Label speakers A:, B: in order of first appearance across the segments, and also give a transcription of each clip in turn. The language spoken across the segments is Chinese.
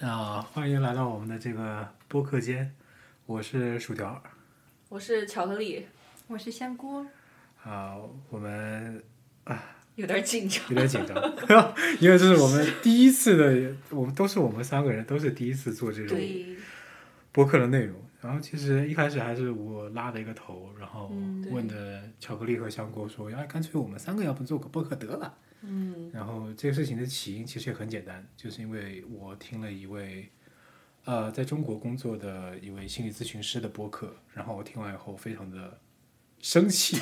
A: 啊，欢迎来到我们的这个播客间，我是薯条啊、
B: 我是巧克力，
C: 我是香菇，
A: 啊我们
B: 有点紧张。
A: 有点紧张，因为这是我们第一次的，我们都是我们三个人都是第一次做这种
B: 对，
A: 播客的内容。然后其实一开始还是我拉了一个头，然后
C: 嗯
B: 对
A: 问的巧克力和香锅说：“哎，干脆我们三个要不做个播客得了。”
B: 嗯，
A: 然后这个事情的起因其实也很简单，就是因为我听了一位，呃，在中国工作的一位心理咨询师的播客，然后我听完以后非常的生气，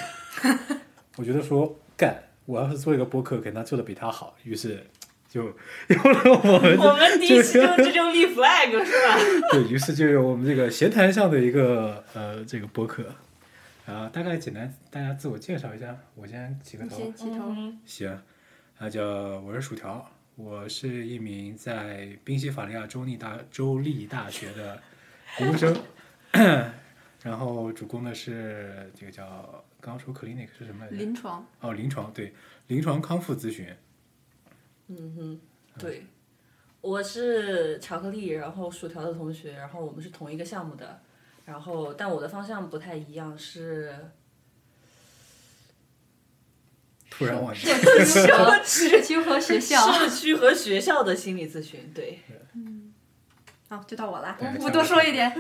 A: 我觉得说干，我要是做一个播客，给他做的比他好，于是就有了我们
B: 我们第一 期就这就立 flag 了是吧？
A: 对于是就有我们这个闲谈上的一个呃这个播客，啊、大概简单大家自我介绍一下，我先起个
C: 你
A: 头。
C: 先起头。
B: 嗯
A: 行，那就我是薯条，我是一名在宾夕法尼亚州立大州立大学的研究生， 然后主攻的是这个叫刚刚说 clinic 是什么来着？
C: 临床，
A: 哦，临床对，临床康复咨询。
B: 嗯哼，对，我是巧克力，然后薯条的同学，然后我们是同一个项目的，然后但我的方向不太一样，是
A: 突然忘记
C: 社区和
B: 社
C: 社区和学校。
B: 社区和学校的心理咨询。对，
C: 好，就到我了嗯
A: 对，
C: 我多说一点。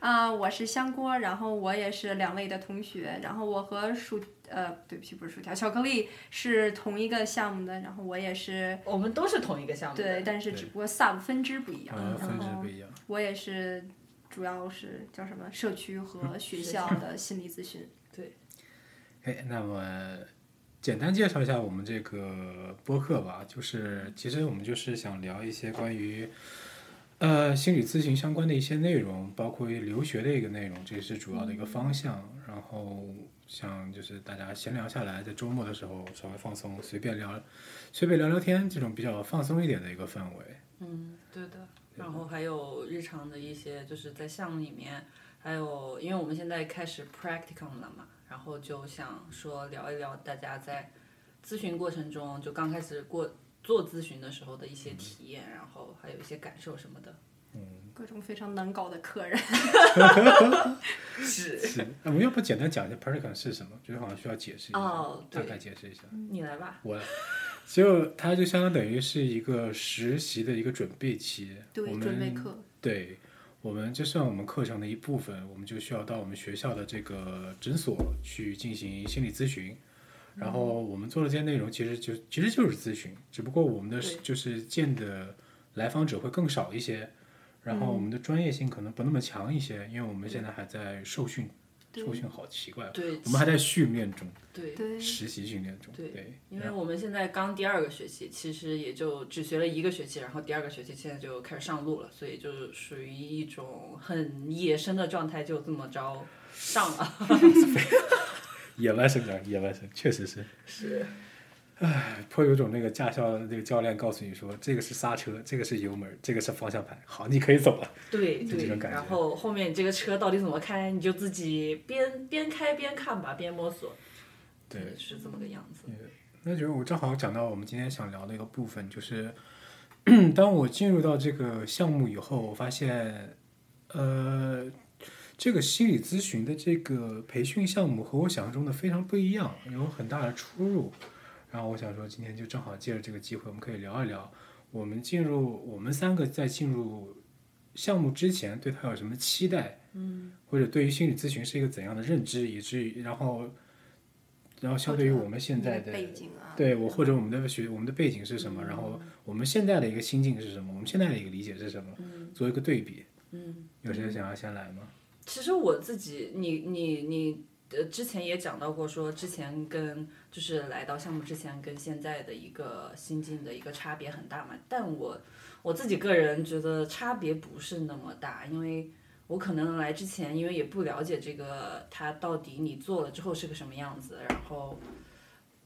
C: 啊、我是香锅，然后我也是两位的同学，然后我和薯呃，对不起，不是薯条，巧克力是同一个项目的，然后我也是
B: 我们都是同一个项目的。
C: 对，但是只不过 sub 分支不一样。
A: 呃，分
C: 然
A: 支
C: 后
A: 不一样。
C: 我也是主要是叫什么社区和学校的心理咨询。
A: 哎，那么简单介绍一下我们这个播客吧，就是其实我们就是想聊一些关于呃心理咨询相关的一些内容，包括留学的一个内容，这是主要的一个方向。然后想就是大家闲聊下来，在周末的时候稍微放松，随便聊，随便聊聊天，这种比较放松一点的一个氛围。
B: 嗯，对的。然后还有日常的一些，就是在项目里面，还有因为我们现在开始 practicum 了嘛，然后就想说聊一聊大家在咨询过程中，就刚开始过做咨询的时候的一
A: 嗯
B: 些体验，然后还有一些感受什么的。
C: 各种非常难搞的客人，
B: 是，
A: 是，那我们要不简单讲一下 p e r i c o n 是什么？觉得好像需要解释一下，
B: 哦
A: 大
B: 对
A: 概解释一下。
B: 你来吧。
A: 我就它就相当于是一个实习的一个准备期，我
C: 对，
A: 们
C: 准备课，
A: 对，我们这算我们课程的一部分，我们就需要到我们学校的这个诊所去进行心理咨询。然后我们做的这些内容，其实就其实就是咨询，只不过我们的
B: 对
A: 就是见的来访者会更少一些，然
C: 嗯
A: 后我们的专业性可能不那么强一些，因为我们现在还在受训，
C: 对
A: 受训好奇怪，
B: 对
A: 我们还在训练中，
B: 对，
C: 对，
A: 实习训练中，
B: 对
A: 对
B: 因为我们现在刚第二个学期，其实也就只学了一个学期，然后第二个学期现在就开始上路了，所以就是属于一种很野生的状态，就这么着上了。
A: 野外生长，野外生，确实是。
B: 是，
A: 哎颇有种那个驾校那个教练告诉你说，这个是刹车，这个是油门，这个是方向盘，好，你可以走了。
B: 对
A: 就这
B: 对
A: 种。感觉
B: 然后后面你这个车到底怎么开，你就自己边边开边看吧，边摸索。
A: 对，
B: 是这么个样子。
A: 那就是我正好讲到我们今天想聊的一个部分，就是 当我进入到这个项目以后，我发现，呃，这个心理咨询的这个培训项目和我想象中的非常不一样，有很大的出入。然后我想说，今天就正好借着这个机会，我们可以聊一聊我们进入我们三个在进入项目之前对它有什么期待，嗯，或者对于心理咨询是一个怎样的认知，以至于然后。然后，相对于我们现在
C: 你
A: 的
C: 背景啊，
A: 对我或者我们的学我们的背景是什么，然
B: 嗯
A: 后我们现在的一个心境是什么，我们现在的一个理解是什么，做一个对比。嗯，有谁想要先来吗？
B: 其实我自己，你你你，呃，之前也讲到过说，之前跟就是来到项目之前跟现在的一个心境的一个差别很大嘛。但我我自己个人觉得差别不是那么大，因为我可能来之前，因为也不了解这个它到底你做了之后是个什么样子，然后。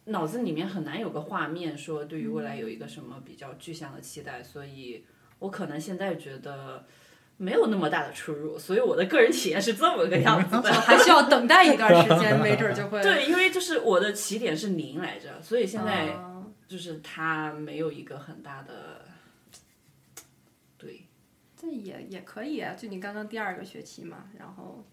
B: 脑子里面很难有个画面，说对于未来有一个什么比较具象的期待，所以我可能现在觉得没有那么大的出入，所以我的个人体验是这么个样子的。
C: 还需要等待一段时 间，没准儿就会。
B: 对，因为就是我的起点是零来着，所以现在
C: 啊
B: 就是它没有一个很大的，对，
C: 也也可以啊，就你刚刚第二个学期嘛，然后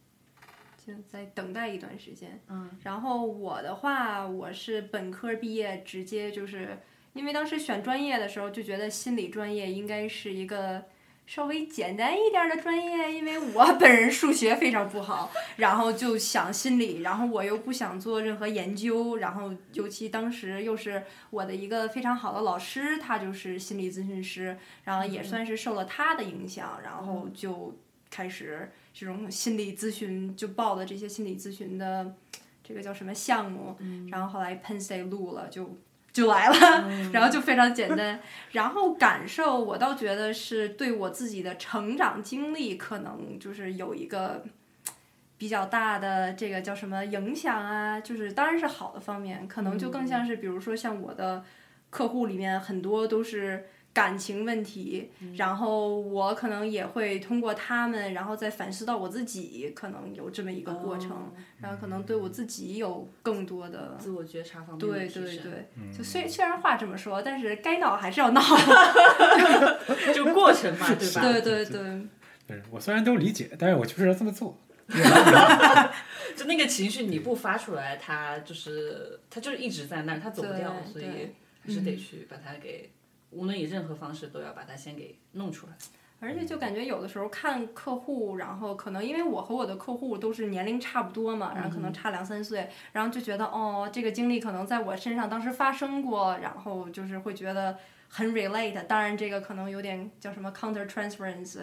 C: 就再等待一段时间。嗯，然后我的话，我是本科毕业，直接就是因为当时选专业的时候就觉得心理专业应该是一个。稍微简单一点的专业，因为我本人数学非常不好，然后就想心理，然后我又不想做任何研究，然后尤其当时又是我的一个非常好的老师，他就是心理咨询师，然后也算是受了他的影响，然后就开始这种心理咨询，就报的这些心理咨询的这个叫什么项目，然后后来 Penn State 录了就。就来了， 然后就非常简单。然后感受，我倒觉得是对我自己的成长经历，可能就是有一个比较大的这个叫什么影响啊，就是当然是好的方面，可能就更像是比如说像我的客户里面很多都是感情问题，然后我可能也会通过他们，然后再反思到我自己，可能有这么一个过程
B: 哦，
C: 然后可能对我自己有更多的
B: 自我觉察方面的
C: 对
B: 提
C: 对
B: 升
C: 对，就虽虽然话这么说，但是该闹还是 要闹。
B: 就过程 嘛，对吧？
C: 对对对，
A: 对我虽然都理解，但是我就是要这么做。
B: 就那个情绪你不发出来，它就是它就是一直在那儿，它走不掉，
C: 对
B: 所以
C: 对嗯
B: 还是得去把它给，无论以任何方式都要把它先给弄出来。
C: 而且就感觉有的时候看客户，然后可能因为我和我的客户都是年龄差不多嘛，然后可
B: 嗯
C: 能差两三岁，然后就觉得哦，这个经历可能在我身上当时发生过，然后就是会觉得很 relate。当然，这个可能有点叫什么 counter transference，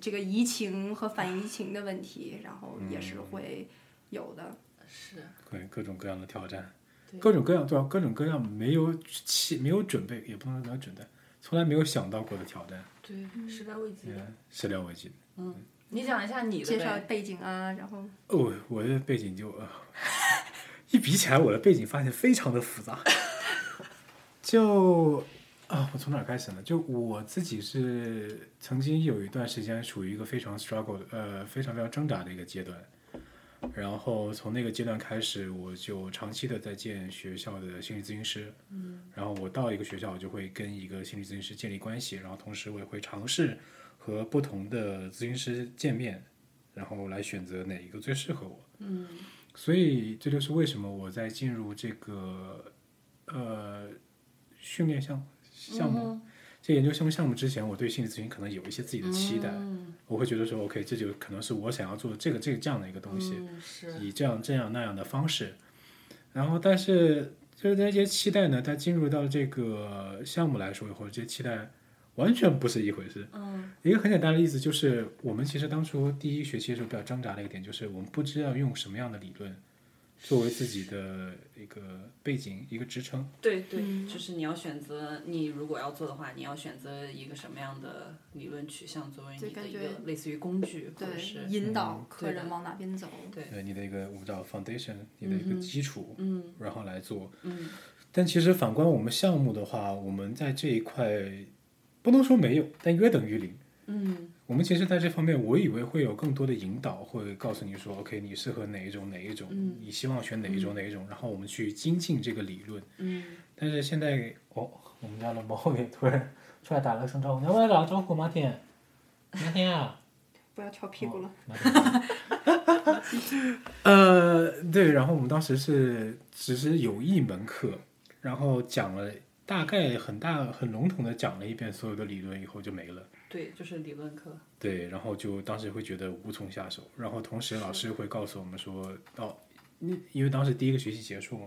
C: 这个移情和反移情的问题，然后也
B: 嗯
C: 是会有的。
B: 是，
A: 各各种各样的挑战，
B: 对
A: 各种各样对吧？各种各样没有期没有准备，也不能说没有准备，从来没有想到过的挑战，
B: 对，时代未及。
A: 嗯，始料未及。
B: 你讲一下你的
C: 介绍
B: 呗，
C: 背景啊，然后
A: 哦，我的背景就呃，一比起来，我的背景发现非常的复杂。 就啊，我从哪儿开始呢？就我自己是曾经有一段时间处于一个非常 struggle 的呃非常非常挣扎的一个阶段，然后从那个阶段开始，我就长期的在见学校的心理咨询师，嗯，然后我到一个学校，我就会跟一个心理咨询师建立关系，然后同时我也会尝试和不同的咨询师见面，然后来选择哪一个最适合我，嗯，所以这就是为什么我在进入这个呃训练项项目。这研究生项目之前，我对心理咨询可能有一些自己的期待，我会觉得说，OK，这就可能是我想要做的这个这个这样的一个东西，
B: 嗯、是
A: 以这样这样那样的方式。然后，但是就是那些期待呢，它进入到这个项目来说以后，这些期待完全不是一回事。嗯，一个很简单的例子就是，我们其实当初第一学期的时候比较挣扎的一个点，就是我们不知道用什么样的理论作为自己的一个背景、一个支撑。
B: 对对，就是你要选择，你如果要做的话，你要选择一个什么样的理论取向作为
C: 对
B: 你的
C: 感
B: 一个类似于工具，或者是
C: 嗯对引导客
B: 对
C: 人往哪边走。
A: 对呃你的一个我们叫 foundation，你的一个基础，
B: 嗯，
A: 然后来做，嗯。但其实反观我们项目的话，我们在这一块不能说没有，但约等于零。嗯，我们其实在这方面，我以为会有更多的引导，会告诉你说，OK，你适合哪一种哪一种，你希望选哪一种哪一种，然后我们去精进这个理论。嗯。但是现在，哦，我们家的猫也突然出来打了个声招呼，你要不要打个招呼，马天？马天啊！
C: 不要翘屁股了。
A: 呃，对，然后我们当时是只是有一门课，然后讲了大概很大很笼统的讲了一遍所有的理论以后就没了。
B: 对，就是理论课，
A: 对，然后就当时会觉得无从下手，然后同时老师会告诉我们说，哦，你因为当时第一个学期结束嘛，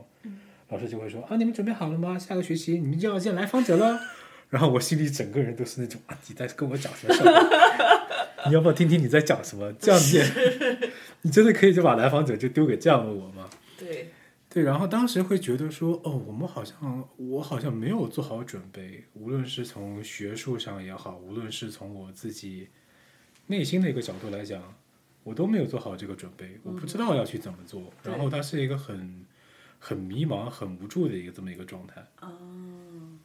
A: 老师就会说啊，你们准备好了吗？下个学期你们就要见来访者了。 然后我心里整个人都是那种啊，你在跟我讲什么事儿？ 你要不要听听你在讲什么？这样你也， 你真的可以就把来访者就丢给这样的我吗？
B: 对，
A: 对，然后当时会觉得说，哦，我们好像我好像没有做好准备，无论是从学术上也好，无论是从我自己内心的一个角度来讲，我都没有做好这个准备，我不知道要去怎么做，
B: 对
A: 然后它是一个很很迷茫、很无助的一个这么一个状态。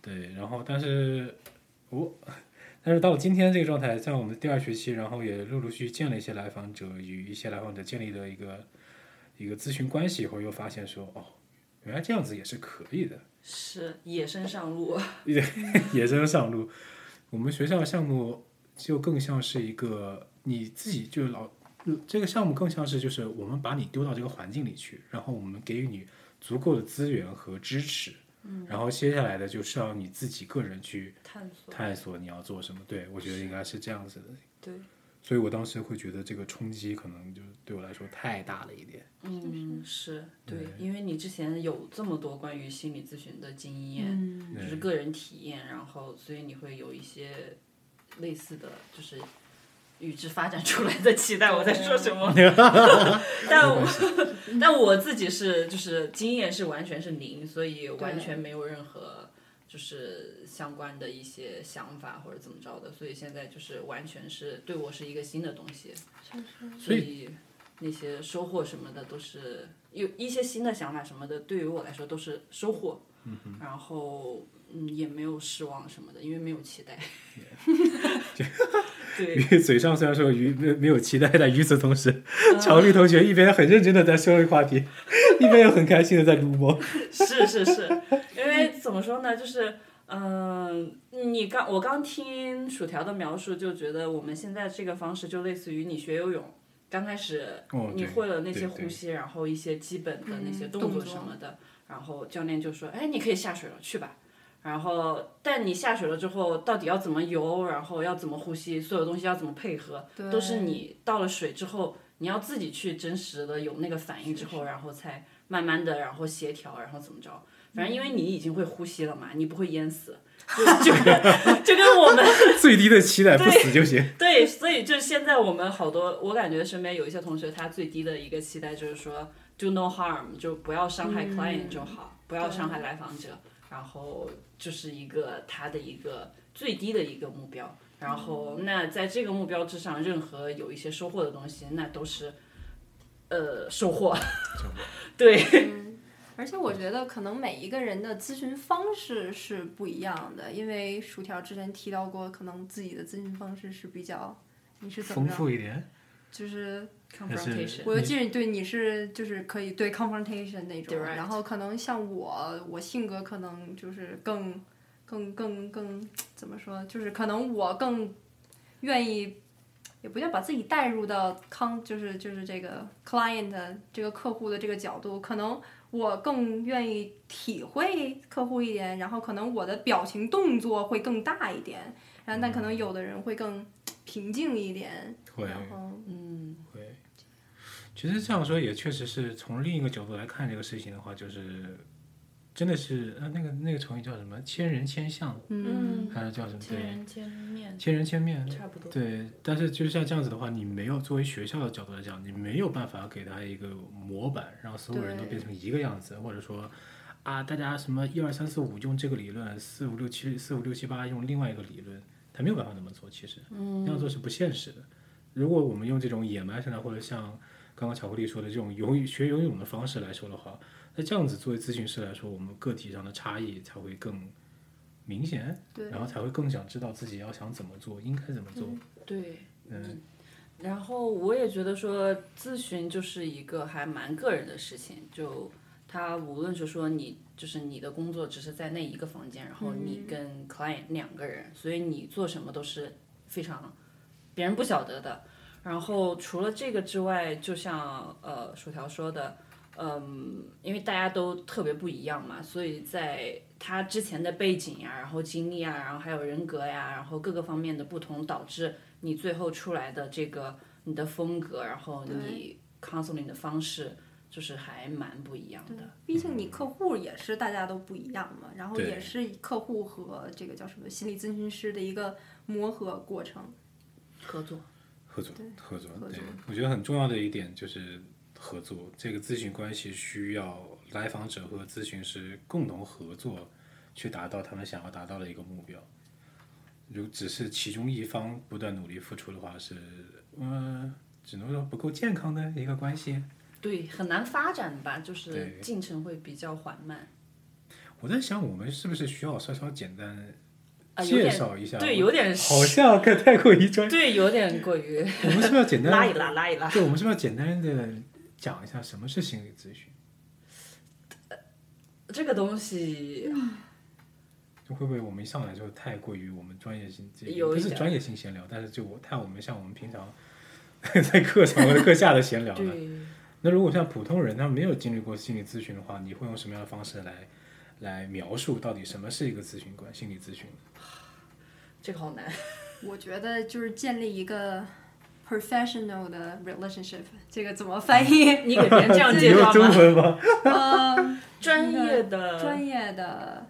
A: 对，然后但是我、但是到了今天这个状态，在我们第二学期，然后也陆陆续续见了一些来访者，与一些来访者建立了一个一个咨询关系以后，又发现说，哦，原来这样子也是可以的，
B: 是野生上路，
A: 野生上路。我们学校项目就更像是一个你自己就是老这个项目更像是就是我们把你丢到这个环境里去，然后我们给予你足够的资源和支持，嗯，然后接下来的就是要你自己个人去
B: 探索，
A: 探索你要做什么。对我觉得应该是这样子的，
B: 对，
A: 所以我当时会觉得这个冲击可能就对我来说太大了一点。
B: 嗯，是对，因为你之前有这么多关于心理咨询的经验，
C: 嗯
B: 就是个人体验，然后所以你会有一些类似的就是与之发展出来的期待。我在说什么？ 但我 但我自己是就是经验是完全是零，所以完全没有任何就是相关的一些想法或者怎么着的，所以现在就是完全是对我是一个新的东西，所以那些收获什么的都是有一些新的想法什么的，对于我来说都是收获。然后嗯也没有失望什么的，因为没有期待。 对，
A: 于嘴上虽然说于没没有期待，但与此同时，乔丽同学一边很认真的在说话题，一边又很开心的在撸猫。
B: 是是是，因为怎么说呢，就是嗯、你刚我刚听薯条的描述，就觉得我们现在这个方式就类似于你学游泳，刚开始
A: 哦
B: 你
A: 对
B: 会了
A: 对
B: 那些
A: 对
B: 呼吸，然后一些基本的那些
C: 嗯
B: 动
C: 动
B: 作
C: 作
B: 什么的，然后教练就说：“哎，你可以下水了，去吧。”然后，但你下水了之后，到底要怎么游，然后要怎么呼吸，所有东西要怎么配合，都是你到了水之后，你要自己去真实的有那个反应之后，然后才慢慢的，然后协调，然后怎么着。反正因为你已经会呼吸了嘛，你不会淹死，就就 跟就跟我们
A: 最低的期待不死就行。
B: 对，所以就现在我们好多，我感觉身边有一些同学，他最低的一个期待就是说 do no harm，就不要伤害 client 就好，不要伤害来访者，然后就是一个他的一个最低的一个目标。然后那在这个目标之上，任何有一些收获的东西，那都是呃收获。对，
C: 嗯 而且我觉得可能每一个人的咨询方式是不一样的，因为薯条之前提到过，可能自己的咨询方式是比较，你是怎么着？
A: 一点，
C: 就是
A: 还是
B: confrontation
C: 我就记得对你是就是可以对 confrontation 那种
B: Direct
C: 然后可能像我，我性格可能就是更更更更怎么说，就是可能我更愿意，也不叫把自己带入到康，就是就是这个 client 的这个客户的这个角度，可能我更愿意体会客户一点，然后可能我的表情动作会更大一点，然后但可能有的人会更平静一点，
A: 会
C: 然后
B: 嗯，
A: 会。其实这样说也确实是从另一个角度来看这个事情的话，就是真的是呃那个那个成语叫什么“千人千相
C: 嗯”
A: 还是叫什么？
B: 千
A: 对，
B: 人千面，
A: 千人千面。
B: 差不多。
A: 对，但是就是像这样子的话，你没有作为学校的角度来讲，你没有办法给他一个模板，让所有人都
C: 对
A: 变成一个样子，或者说啊，大家什么一二三四五用这个理论，四五六七四五六七八用另外一个理论，他没有办法那么做，其实，嗯，那样做是不现实的。如果我们用这种野蛮生长，或者像刚刚巧克力说的这种游泳学游泳的方式来说的话，那这样子作为咨询师来说，我们个体上的差异才会更明显，
C: 对
A: 然后才会更想知道自己要想怎么做，应该怎么做。
B: 对，
A: 嗯，
B: 然后我也觉得说，咨询就是一个还蛮个人的事情，就他无论是说你就是你的工作只是在那一个房间，然后你跟 client 两个人，所以你做什么都是非常别人不晓得的。然后除了这个之外，就像呃薯条说的，嗯，因为大家都特别不一样嘛，所以在他之前的背景呀、然后经历啊，然后还有人格呀、然后各个方面的不同，导致你最后出来的这个你的风格，然后你 counseling 的方式，就是还蛮不一样的。
C: 毕竟你客户也是大家都不一样嘛，然后
A: 对
C: 也是客户和这个叫什么心理咨询师的一个磨合过程。
B: 合作，
A: 合作，合作，
C: 合
A: 对
C: 作，
A: 我觉得很重要的一点就是合作。这个咨询关系需要来访者和咨询师共同合作，去达到他们想要达到的一个目标。如只是其中一方不断努力付出的话，是，嗯、只能说不够健康的一个关系。
B: 对，很难发展吧，就是
A: 对
B: 进程会比较缓慢。
A: 我在想，我们是不是需要稍稍简单
B: 啊有
A: 介
B: 点
A: 绍一下？
B: 对，有点
A: 好像可太过于专业。
B: 对，有点过于
A: 我们是不是要简单
B: 拉一拉，拉一拉。
A: 对，我们是不是要简单的讲一下什么是心理咨询？
B: 这个东西，
A: 就会不会我们一上来就太过于我们专业性，这也
B: 有
A: 不
B: 一
A: 是
B: 点
A: 专业性闲聊，但是就我太我们像我们平常 在课堂和课下的闲聊了。
B: 对，
A: 那如果像普通人他没有经历过心理咨询的话，你会用什么样的方式来来描述到底什么是一个咨询官心理咨询？
B: 这个好难。
C: 我觉得就是建立一个 professional 的 relationship，这个怎么翻译？
B: 你给别人 这样
A: 你
B: 介
A: 用
B: 绍
A: 中
B: 吗？
A: 文吗？
C: 嗯，
B: 专业的
C: 专业的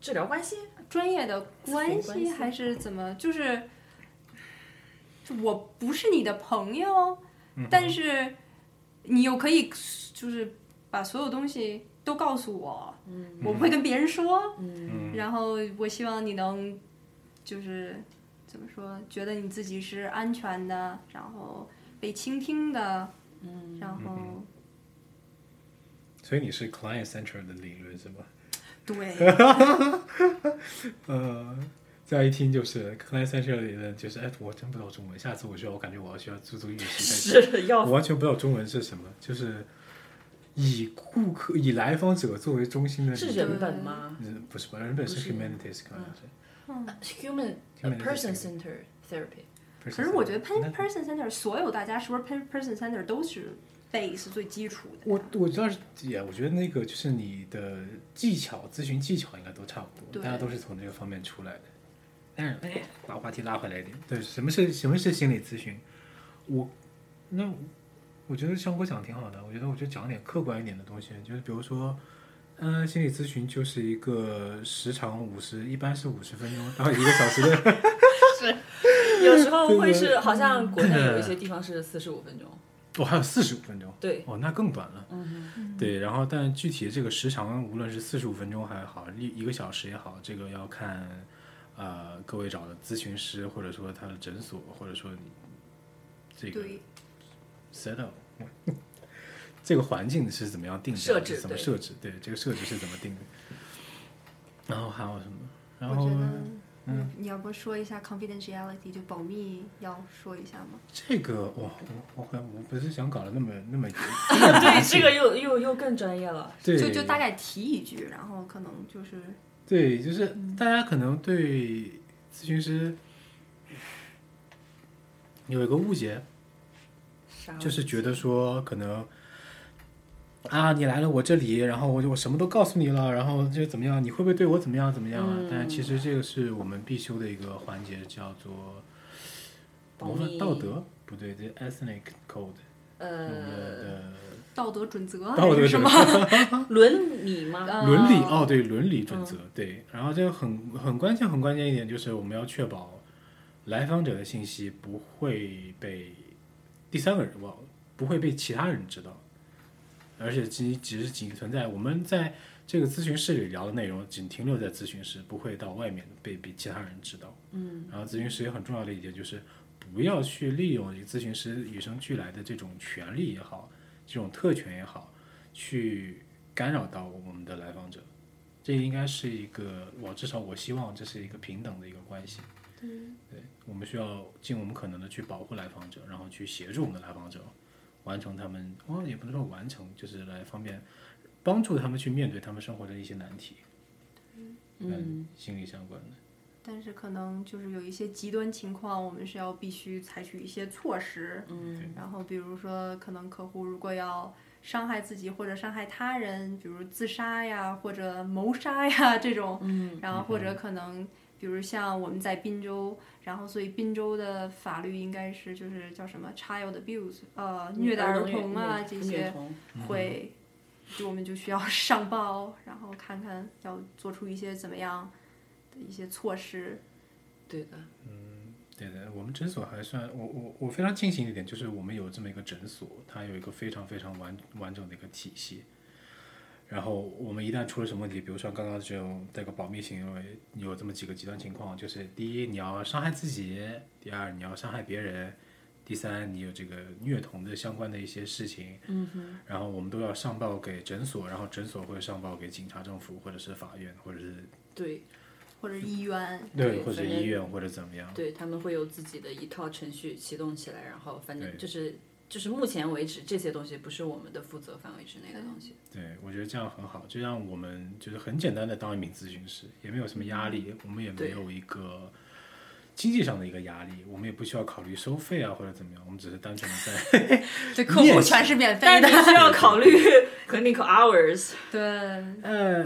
B: 治疗关系，
C: 专业的关
B: 咨询关
C: 系
B: 系
C: 还是怎么？就是就我不是你的朋友，但是你又可以就是把所有东西都告诉我，我不会跟别人说，
B: 嗯
A: 嗯
C: 然后我希望你能就是怎么说，觉得你自己是安全的，然后被倾听的，嗯，然后。
A: 所以你是 client centered 的理论是吧？
C: 对，
A: 呃，这样一听就是 client centered 的理论，就是哎，我真不知道中文，下次我需要，我感觉我要需要足足预习再
B: 是要
A: 我完全不知道中文是什么，就是以顾客以来访者作为中心的
B: 是
A: 理
B: 人本吗？
A: 嗯不是吧？人本
B: 不
A: 是
B: 是
A: humanities 可能是。
C: 嗯
B: human
A: Human
B: person
A: centered
B: center therapy，
A: 可
C: 可是我觉得 person person center 所有大家是不是 per- person center 都是 base 最基础的？
A: 我我知道是也，我觉得那个就是你的技巧，咨询技巧应该都差不多，
C: 对
A: 大家都是从这个方面出来的。但是，哎，把话题拉回来一点，对，什么是什么是心理咨询？我那我觉得香锅讲挺好的，我觉得我就讲点客观一点的东西，就是比如说，嗯、心理咨询就是一个时长五十，一般是五十分钟到一个小时的
B: 有时候会是好像国内有一些地方是四十五 分钟，
A: 哦，还有四十五分钟，
B: 对，
A: 哦，那更短了。
B: 嗯，
A: 对，然后但具体这个时长，无论是四十五分钟还好，一一个小时也好，这个要看呃各位找的咨询师，或者说他的诊所，或者说你这个
C: 对，
A: set up，这个环境是怎么样定的，
B: 设置
A: 是怎么
B: 对
A: 设置，对，这个设置是怎么定的。然后还有什么？然
C: 我
A: 后
C: 觉得，嗯，你要不说一下 confidentiality 就保密要说一下吗？
A: 这个哇，我我好像我不是想搞得那么那 么严
B: 对，这个又又又更专业了，
A: 对，
C: 就就大概提一句，然后可能就是
A: 对，就是大家可能对咨询师有一个误解，
B: 啥
A: 就是觉得说可能啊，你来了我这里，然后我就我什么都告诉你了，然后就怎么样，你会不会对我怎么样怎么样？啊
B: 嗯
A: 但其实这个是我们必修的一个环节，叫做
B: 保
A: 模范
B: 密
A: 道德，不对，这 ethnic code，我们
B: 呃
A: 的
C: 道德准则啊
A: 道
C: 还
A: 德
C: 是什么？
A: 啊
B: 伦理吗？
C: 呃
A: 伦理哦，对伦理准则，对。然后这个很很关键很关键一点就是我们要确保来访者的信息不会被第三个人忘，不会被其他人知道，而且仅只是仅存在我们在这个咨询室里聊的内容，仅停留在咨询室，不会到外面被被其他人知道。嗯。然后咨询师也很重要的一点就是不要去利用一个咨询师与生俱来的这种权利也啊好，这种特权也好，去干扰到我们的来访者。这应该是一个，我至少我希望这是一个平等的一个关系。对，我们需要尽我们可能的去保护来访者，然后去协助我们的来访者完成他们，哦，也不能说完成，就是来方便帮助他们去面对他们生活的一些难题，嗯，心理相关的。
C: 但是可能就是有一些极端情况，我们是要必须采取一些措施。嗯，然后比如说，可能客户如果要伤害自己或者伤害他人，比如自杀呀或者谋杀呀这种，嗯，然后或者可能比如像我们在滨州，然后所以滨州的法律应该是就是叫什么 child abuse，呃，
B: 嗯
C: 虐嗯待儿童啊这些，会， 就我们就需要上报，然后看看要做出一些怎么样的一些措施。
B: 对的，
A: 对的，我们诊所还算我我我非常庆幸一点，就是我们有这么一个诊所，它有一个非常非常完完整的一个体系。然后我们一旦出了什么问题，比如说刚刚这种这个保密行为，有这么几个极端情况，就是第一你要伤害自己，第二你要伤害别人，第三你有这个虐童的相关的一些事情，嗯哼，然后我们都要上报给诊所，然后诊所会上报给警察、政府或者是法院，或者是
B: 对
C: 或者医 院，
B: 嗯对
A: 或者
B: 反正
A: 医院或者怎么样。
B: 对，他们会有自己的一套程序启动起来，然后反正
A: 对
B: 就是就是目前为止这些东西不是我们的负责范围之内的东西。
A: 对，我觉得这样很好，就让我们就是很简单的当一名咨询师，也没有什么压力，我们也没
B: 嗯对
A: 有一个经济上的一个压力，我们也不需要考虑收费啊或者怎么样，我们只是单纯的 在
C: 对客户全是免费
B: 但
C: 的，
B: 你需要考虑 clinical hours。
C: 对，
A: 呃，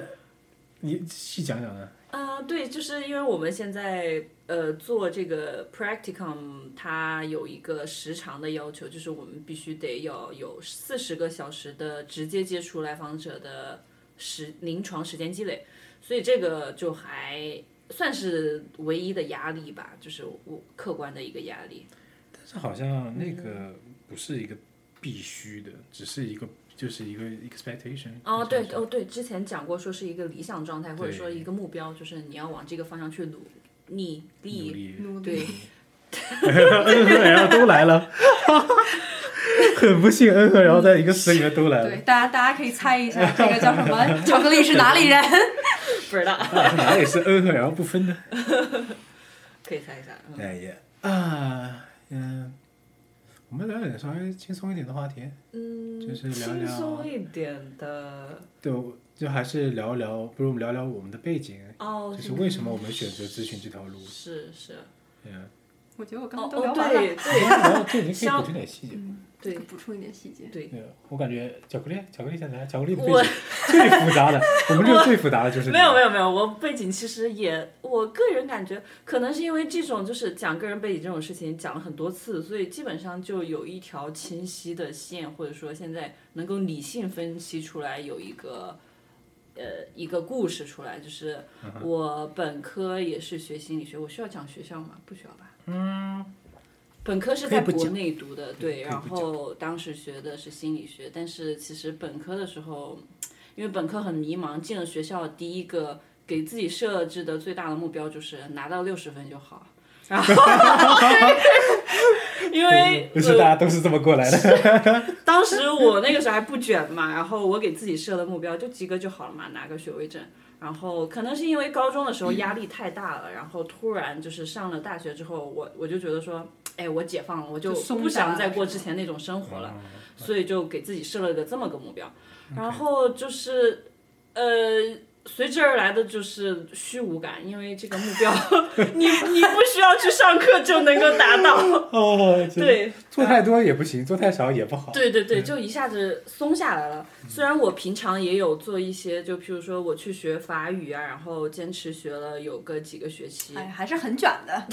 A: 你细讲讲呢？
B: 啊、对，就是因为我们现在呃做这个 practicum，它有一个时长的要求，就是我们必须得要有四十个小时的直接接触来访者的时临床时间积累，所以这个就还算是唯一的压力吧，就是我客观的一个压力。
A: 但是好像那
B: 嗯
A: 个不是一个必须的，只是一个就是一个 expectation。
B: 哦，对，哦，对，之前讲过说是一个理想状态，或者
A: 对
B: 说一个目标，就是你要往这个方向去努努
A: 努
B: 力。
A: 力
C: 努
B: 对
C: 力，
A: N 和 L 都来了，很不幸 N 和 L 在一个词里面都来 了。
C: 对，大家大家可以猜一下，这个叫什 么？巧克力是哪里人？
B: 不知道，
A: 到底啊哪里是 N 和 L 不分的？
B: 可以猜一下。嗯
A: 哎呀啊嗯，我们聊点稍微轻松一点的话题，
B: 嗯，
A: 就是聊
B: 轻
A: 聊
B: 松一点的
A: 对，就还是聊一聊，不如我们聊聊我们的背景，
B: 哦
A: 就，是为什么我们选择咨询这条路？
B: 是是，
A: 嗯，
C: 我觉得我刚
B: 哦
C: 刚都
B: 哦
C: 聊完了，嗯
B: 对对
A: 然后哎这你可 以补充点细节。
B: 对
C: 补充一点细节。
B: 对，
A: 对，我感觉巧克力，巧克力想起来，巧克力的背
B: 我
A: 景最复杂的，我们这个最复杂的就是
B: 没有没
A: 有，
B: 有没有，我背景其实也，我个人感觉可能是因为这种就是讲个人背景这种事情讲了很多次，所以基本上就有一条清晰的线，或者说现在能够理性分析出来有一个。呃，一个故事出来，就是
A: 嗯
B: 我本科也是学心理学，我需要讲学校吗？不需要吧。
A: 嗯
B: 本科是在
A: 可以不
B: 国内读的，
A: 可
B: 对，
A: 以不
B: 然后当时学的是心理学，但是其实本科的时候，因为本科很迷茫，进了学校第一个给自己设置的最大的目标就是拿到六十分就好，然后 因为
A: 不是大家都是这么过来的。
B: 当时我那个时候还不卷嘛，然后我给自己设的目标就及格就好了嘛，拿个学位证。然后可能是因为高中的时候压力太大了，然后突然就是上了大学之后，我我就觉得说，哎，我解放了，我就
C: 就松
B: 不想
C: 懈
B: 再
C: 了
B: 过之前那种生活了，
A: 嗯
B: 所以就给自己设了个这么个目标。然后就是，呃，随之而来的就是虚无感，因为这个目标， 你你不需要去上课就能够达 到，
A: 哦，真的，
B: 对。
A: 做太多也不行，做太少也不好。嗯
B: 对对对，就一下子松下来了。虽然我平常也有做一些，就譬如说我去学法语啊，然后坚持学了有个几个学期，
C: 哎，还是很卷的，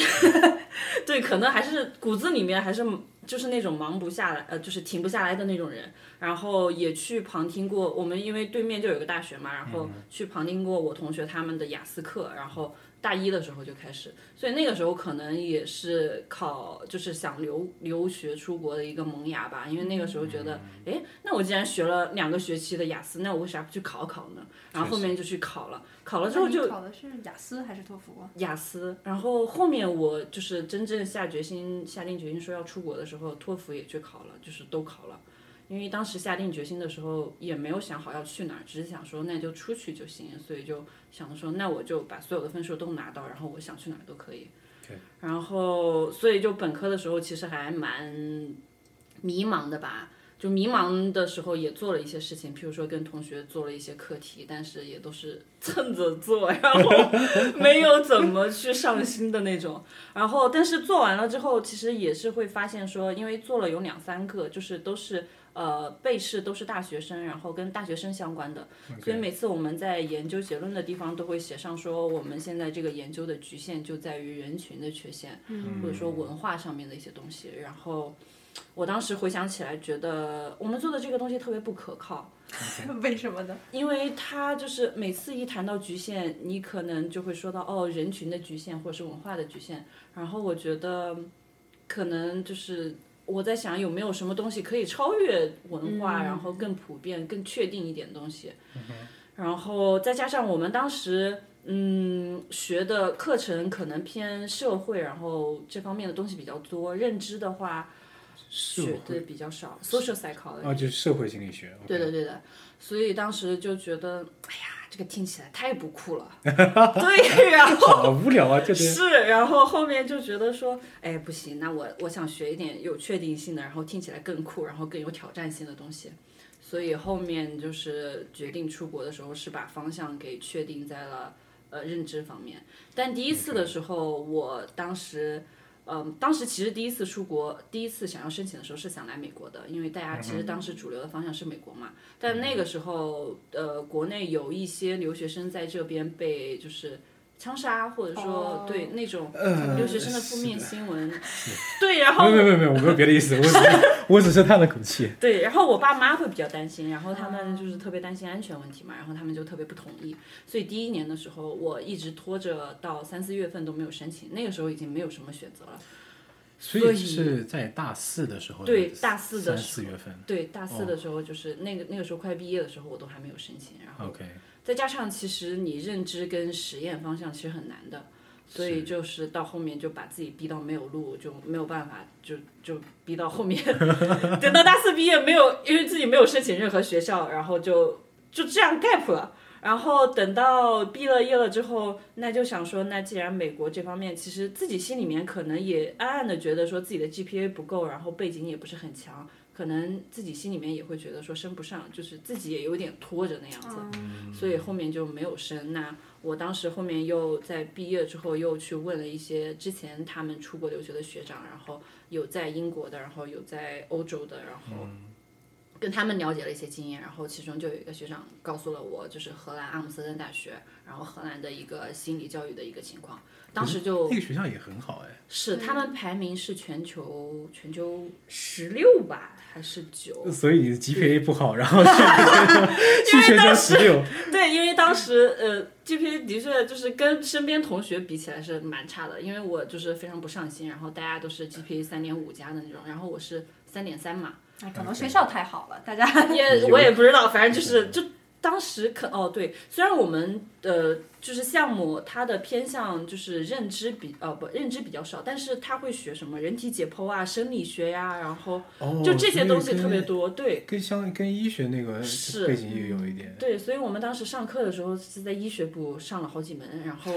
B: 对，可能还是骨子里面还是就是那种忙不下来，呃，就是停不下来的那种人。然后也去旁听过，我们因为对面就有个大学嘛，然后去旁听过我同学他们的雅思课，然后大一的时候就开始，所以那个时候可能也是考，就是想留留学出国的一个萌芽吧，因为那个时候觉得，诶，那我既然学了两个学期的雅思，那我为啥不去考考呢？然后后面就去考了，考了之后就
C: 考的是雅思还是 托福啊？
B: 雅思，然后后面我就是真正下决心、下定决心说要出国的时候，托福也去考了，就是都考了。因为当时下定决心的时候也没有想好要去哪儿，只是想说那就出去就行，所以就想着说那我就把所有的分数都拿到，然后我想去哪儿都可以。然后所以就本科的时候其实还蛮迷茫的吧。就迷茫的时候也做了一些事情，譬如说跟同学做了一些课题，但是也都是 蹭着做，然后没有怎么去上心的那种。然后，但是做完了之后，其实也是会发现说，因为做了有两三个，就是都是呃被试都是大学生，然后跟大学生相关的，
A: 嗯
B: 所以每次我们在研究结论的地方都会写上说，我们现在这个研究的局限就在于人群的缺陷，或者说文化上面的一些东西。然后。我当时回想起来，觉得我们做的这个东西特别不可靠，
C: 为什么呢？
B: 因为他就是每次一谈到局限，你可能就会说到哦人群的局限或者是文化的局限。然后我觉得，可能就是我在想有没有什么东西可以超越文化，然后更普遍、更确定一点东西。然后再加上我们当时嗯学的课程可能偏社会，然后这方面的东西比较多。认知的话，
A: 社
B: 学的比较少，social psychology。
A: 啊，就是社会心理学。
B: 对的，对的，所以当时就觉得，哎呀，这个听起来太不酷 了。对呀、
A: 好无聊啊，这边
B: 是，然后后面就觉得说，哎，不行，那我我想学一点有确定性的，然后听起来更酷，然后更有挑战性的东西。所以后面就是决定出国的时候，是把方向给确定在了呃认知方面。但第一次的时候，我当时。嗯，当时其实第一次出国，第一次想要申请的时候是想来美国的，因为大家其实当时主流的方向是美国嘛。但那个
A: 嗯
B: 时候，呃，国内有一些留学生在这边被就是枪杀，或者说、
C: 哦
B: 对那种
A: 呃
B: 留学生的负面
A: 是的
B: 新闻，对，然后
A: 没有没有没有，我没有别的意思，我 只是我只是叹了口气。
B: 对，然后我爸妈会比较担心，然后他们就是特别担心安全问题嘛，然后他们就特别不同意。所以第一年的时候，我一直拖着到三四月份都没有申请，那个时候已经没有什么选择了。
A: 所
B: 所
A: 以
B: 以
A: 是在大四的时候，
B: 对大四的
A: 三
B: 时
A: 四月份。
B: 对，大四的时候就是那个那个时候快毕业的时候，我都还没有申请，然后
A: OK，
B: 再加上其实你认知跟实验方向其实很难的，所以就是到后面就把自己逼到没有路，就没有办法，就就逼到后面，等到大四毕业没有，因为自己没有申请任何学校，然后就就这样 gap 了。然后等到毕了业了之后，那就想说，那既然美国这方面，其实自己心里面可能也暗暗的觉得说自己的 GPA 不够，然后背景也不是很强，可能自己心里面也会觉得说升不上，就是自己也有点拖着那样子。
A: 嗯
B: 所以后面就没有升。那我当时后面又在毕业之后又去问了一些之前他们出国留学的学长，然后有在英国的，然后有在欧洲的，然后
A: 嗯
B: 跟他们了解了一些经验。然后其中就有一个学长告诉了我，就是荷兰阿姆斯特丹大学，然后荷兰的一个心理教育的一个情况。当时就
A: 那个学校也很好哎，
B: 是他们排名是全球全球十六吧，还是九？
A: 所以你的 GPA 不好，然后去 去全校十六，
B: 对，因为当时呃，GPA 的确就是跟身边同学比起来是蛮差的，因为我就是非常不上心，然后大家都是 GPA 三点五加的那种，然后我是三点三嘛，
C: 哎，可能学校太好了，大家
B: 也我也不知道，反正就是就当时可哦对，虽然我们呃就是项目它的偏向就是认知比呃不认知比较少，但是他会学什么人体解剖啊、生理学呀、然后
A: 哦
B: 就这些东西特别
A: 多，
B: 多，对。
A: 跟相跟医学那个
B: 是
A: 背景也有一点。
B: 对，所以我们当时上课的时候是在医学部上了好几门，然后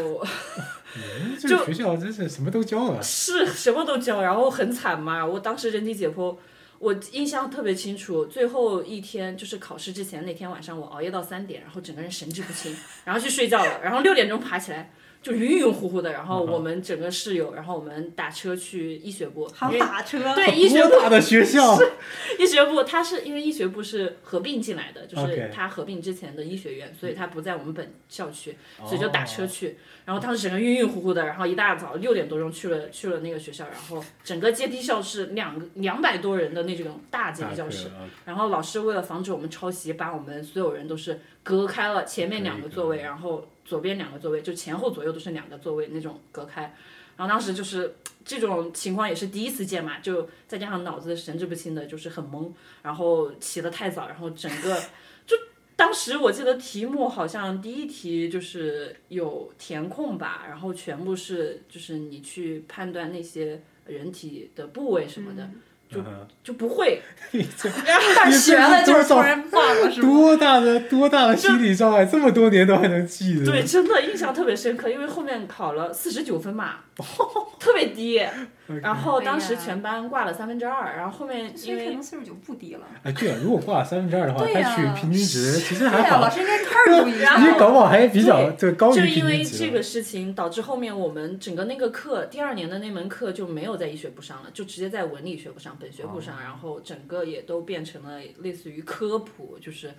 A: 嗯这个学校真是什么都教啊，
B: 是什么都教，然后很惨嘛。我当时人体解剖，我印象特别清楚，最后一天就是考试之前那天晚上，我熬夜到三点，然后整个人神志不清，然后去睡觉了，然后六点钟爬起来。就晕晕乎乎的，然后我们整个室友，然后我们打车去医学部，因
C: 还
B: 为
C: 打车，
B: 对医学部
A: 多大的学校？
B: 医学部它是因为医学部是合并进来的，就是
A: OK
B: 它合并之前的医学院，所以它不在我们本校区，所以就打
A: 哦
B: 车去。然后当时整个晕晕乎乎的，然后一大早六点多钟去了去了那个学校，然后整个阶梯教室两两百多人的那种大阶
A: 大
B: 梯教室，
A: 啊，
B: 然后老师为了防止我们抄袭，把我们所有人都是隔开了，前面两个座位，然后左边两个座位，就前后左右都是两个座位那种隔开。然后当时就是这种情况也是第一次见嘛，就再加上脑子神志不清的，就是很懵，然后起得太早，然后整个就当时我记得题目好像第一题就是有填空吧，然后全部是就是你去判断那些人体的部位什么的，
A: 嗯
B: 就就不会，
C: 但是学了就是突然忘了，是吗？
A: 多大的多大的心理障碍，这么多年都还能记得。
B: 对，真的印象特别深刻，因为后面考了四十九分嘛， 特别低。然后当时全班挂了三分之二，然后后面
C: 所
B: 因
C: 以可
B: 为
C: 能岁数就不低了。
A: 哎，对啊，如果挂三分之二的话，
C: 对
A: 他
C: 呀
A: 取平均值其实
C: 对
A: 还
C: 呀，老
A: 好，
C: 师应该态度一
B: 然后
A: 你
C: 下。
A: 搞不好还比较这个高于
B: 就因
A: 平
B: 为
A: 均值
B: 这
A: 了。
B: 个事情，导致后面我们整个那个课，第二年的那门课就没有在医学部上了，就直接在文理学部上、本学部
A: 哦
B: 上，然后整个也都变成了类似于科普，就是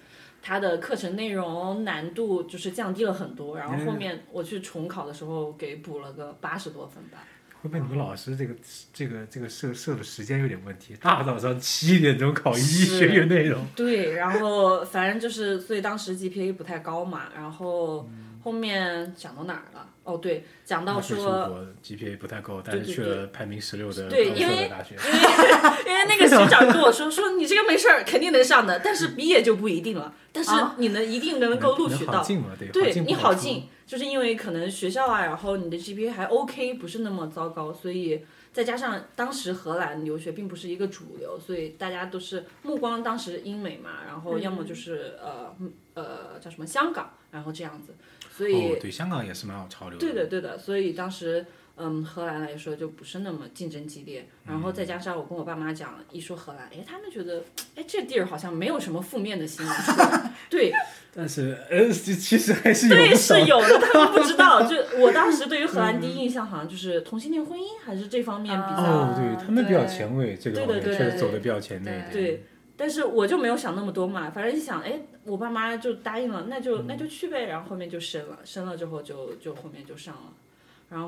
B: 它的课程内容难度就是降低了很多。然后后面我去重考的时候，给补了个八十多分吧。
A: 会不会你们老师这个这个这个设设的时间有点问题？大早上七点钟考医学院内容，
B: 对，然后反正就是，所以当时 GPA 不太高嘛，然后
A: 嗯
B: 后面讲到哪儿了？哦，对，讲到
A: 出
B: 说，
A: 国 GPA 不太够，但是
B: 对对
A: 去了排名十六的
B: 对
A: 高
B: 因
A: 校
B: 为
A: 的大学。
B: 因为因为那个学长跟我说，说你这个没事儿，肯定能上的，但是毕业就不一定了，但是
C: 啊
B: 你能一定能够录
A: 嗯能
B: 取
A: 好
B: 到，
A: 进啊嘛？对，
B: 对
A: 进
B: 你
A: 好
B: 好进，就是因为可能学校啊，然后你的 GPA 还 OK，不是那么糟糕，所以再加上当时荷兰留学并不是一个主流，所以大家都是目光当时英美嘛，然后要么就是、呃呃叫什么香港，然后这样子，所以
A: 哦，对，香港也是蛮有潮流的。
B: 对的，对的，所以当时。嗯，荷兰来说就不是那么竞争激烈，然后再加上我跟我爸妈讲，一说荷兰，哎，他们觉得，哎，这地儿好像没有什么负面的新闻出来，对，
A: 但是呃，其其实还是有
B: 对
A: 不少
B: 是有 的，他们不知道。就我当时对于荷兰第一印象，好像就是同性恋婚姻还是这方面比较，
A: 嗯哦，
C: 啊
A: 对他们比较
C: 对
A: 前卫，这个
B: 对
A: 方
B: 的
A: 面
B: 对
A: 确
B: 的
A: 实走的比较前卫。
C: 对
A: 对，
B: 但是我就没有想那么多嘛，反正一想，哎，我爸妈就答应了，那就
A: 嗯
B: 那就去呗。然后后面就升了，升了之后就就后面就上了。然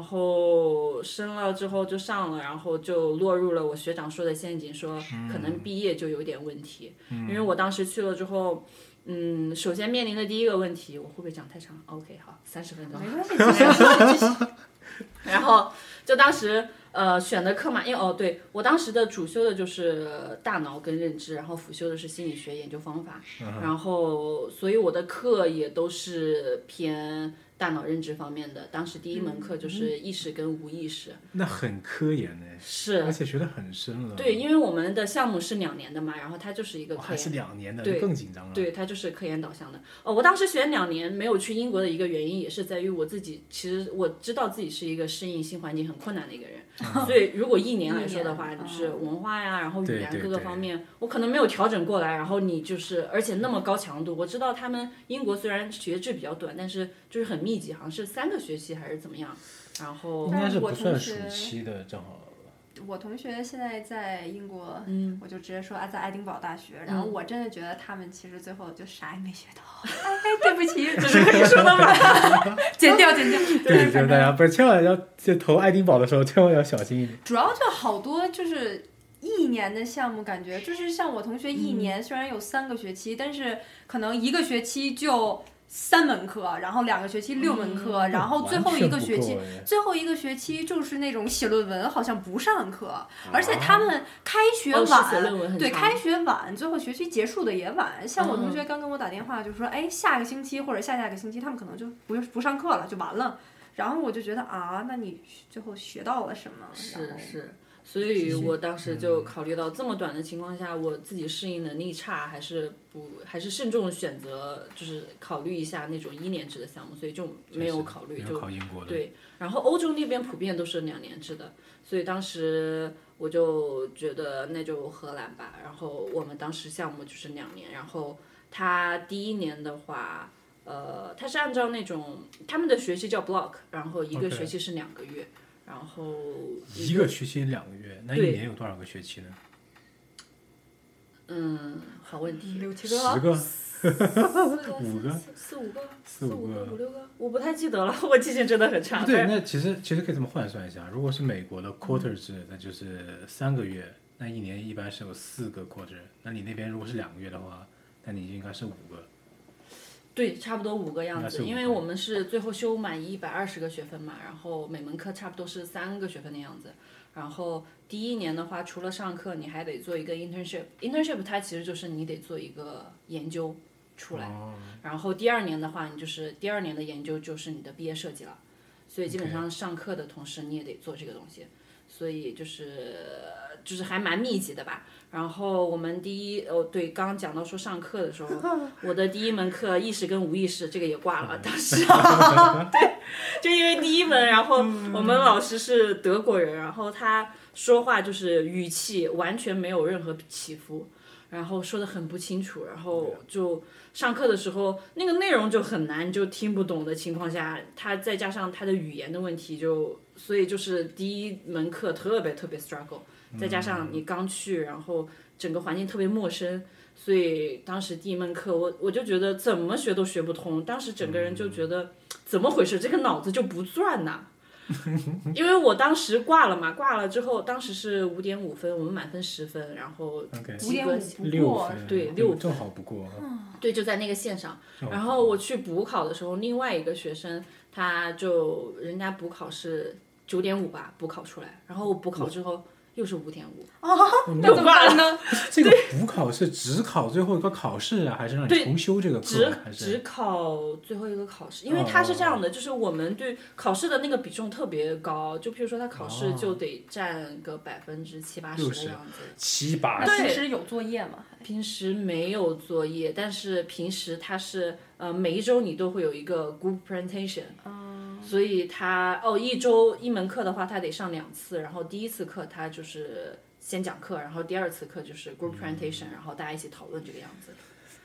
B: 后升了之后就上了，然后就落入了我学长说的陷阱，说可能毕业就有点问题。
A: 嗯
B: 因为我当时去了之后，嗯，首先面临的第一个问题，我会不会讲太长？OK，好，三十分钟。
C: 没关系，继续继续
B: 然后就当时呃选的课嘛，因为哦对我当时的主修的就是大脑跟认知，然后辅修的是心理学研究方法，
A: 嗯
B: 然后所以我的课也都是偏大脑认知方面的。当时第一
A: 嗯
B: 门课就是意识跟无意识，
A: 那很科研呢，
B: 是
A: 而且学的很深了。
B: 对，因为我们的项目是两年的嘛，然后它就是一个
A: 哇
B: 科
A: 还
B: 研
A: 是两年的，
B: 对
A: 更紧张了。
B: 对，它就是科研导向的。哦，我当时选两年没有去英国的一个原因，也是在于我自己，其实我知道自己是一个适应新环境很困难的一个人， 所以如果一年来说的话，
C: 一年嗯
B: 就是文化呀，然后语
A: 对
B: 言
A: 对
B: 各个
A: 对
B: 方面，我可能没有调整过来。然后你就是，而且那么高强度，我知道他们英国虽然学制比较短，但是就是很密集，好像是三个学期还是怎么样。然后
A: 应该是
C: 但我
A: 不算
C: 同
A: 暑
C: 学
A: 期的，正好。
C: 我同学现在在英国，我就直接说啊，在爱丁堡大学。然后我真的觉得他们其实最后就啥也没学到， 哎，对不起，
B: 这是可以说的吗？
C: 剪掉剪掉。
A: 对，就是
C: 反
A: 大
C: 正
A: 家不是千万要就投爱丁堡的时候，千万要小心一点。
C: 主要就好多就是一年的项目，感觉就是像我同学一年虽然有三个学期，但是可能一个学期就三门课，然后两个学期六门课，然后最后一个学期
A: 完全不够哎
C: 最后一个学期就是那种写论文，好像不上
B: 啊
C: 课，而且他们开学
B: 哦
C: 晚，
B: 是写论文很
C: 对，
B: 长
C: 开学晚，最后学期结束的也晚。像我
B: 哦
C: 同学刚跟我打电话，就说，哎，下个星期或者下下个星期他们可能就不用不上课了，就完了。然后我就觉得啊，那你最后学到了什么？然
B: 是
C: 后
B: 是，所以我当时
A: 嗯
B: 就考虑到这么短的情况下，我自己适应能力差，还是不还是慎重选择，就是考虑一下那种一年制的项目，所以就没有考虑
A: 没
B: 就
A: 有考英国的。
B: 对。然后欧洲那边普遍都是两年制的，所以当时我就觉得那就荷兰吧。然后我们当时项目就是两年，然后他第一年的话。呃，他是按照那种他们的学期叫 block，然后一个
A: OK
B: 学期是两个月然后
A: 一个学期两个月，那一
B: 对
A: 年有多少个学期呢？
B: 嗯，好问题，
C: 六七
A: 十
C: 个
A: 个、
B: 五
A: 五个
B: 四四五个、
A: 四
B: 五
A: 五个
B: 五六个，我不太记得了， 我记性真的很差。
A: 不对，那哎其实其实可以这么换算一下，如果是美国的 quarter 制，那就是三个月，那一年一般是有四个 quarter。那你那边如果是两个月的话，那你应该是五个。
B: 对，差不多五个样
A: 那
B: 子，
A: 是五
B: 因为
A: 个
B: 我们是最后修满一百二十个学分嘛，然后每门课差不多是三个学分的样子。然后第一年的话，除了上课，你还得做一个 internship，internship 它其实就是你得做一个研究出来。然后第二年的话，你就是第二年的研究就是你的毕业设计了，所以基本上上课的同时你也得做这个东西，所以就是就是还蛮密集的吧。然后我们第一哦对，刚刚讲到说上课的时候，我的第一门课意识跟无意识这个也挂了，当时 对，就因为第一门，然后我们老师是德国人，然后他说话就是语气完全没有任何起伏，然后说的很不清楚，然后就上课的时候那个内容就很难就听不懂的情况下，他再加上他的语言的问题就，所以就是第一门课特别特别 struggle，再加上你刚去，然后整个环境特别陌生。所以当时第一门课我，我就觉得怎么学都学不通，当时整个人就觉得、怎么回事，这个脑子就不转呐、因为我当时挂了嘛，挂了之后，当时是五点五分，我们满分十分，然后
A: OK
C: 五
B: 及
C: 点
B: 格
C: 五不
A: 六
C: 过
A: 分，
B: 呃对嗯六分
A: 正好不过。
B: 对，就在那个线上。
A: 正好
B: 然后我去补考的时候，另外一个学生他就人家补考是九点五吧，补考出来，然后我补考之后又是五点五，
A: 我们
B: 哦那怎么办呢？
A: 这个补考是只考最后一个考试啊，还是让你
B: 对
A: 重修这个
B: 只
A: 课？还是哦
B: 只考最后一个考试，因为它是这样的，就是我们对考试的那个比重特别高，就譬如说他考试就得占个百分之七八十
A: 哦六
B: 的
A: 十
B: 样子。
A: 啊七八
B: 啊
C: 那
A: 十？
C: 平时有作业吗？
B: 平时没有作业，但是平时它是呃每一周你都会有一个 group presentation，、所以他哦一周一门课的话，他得上两次，然后第一次课他就是先讲课，然后第二次课就是 group presentation，、然后大家一起讨论这个样子。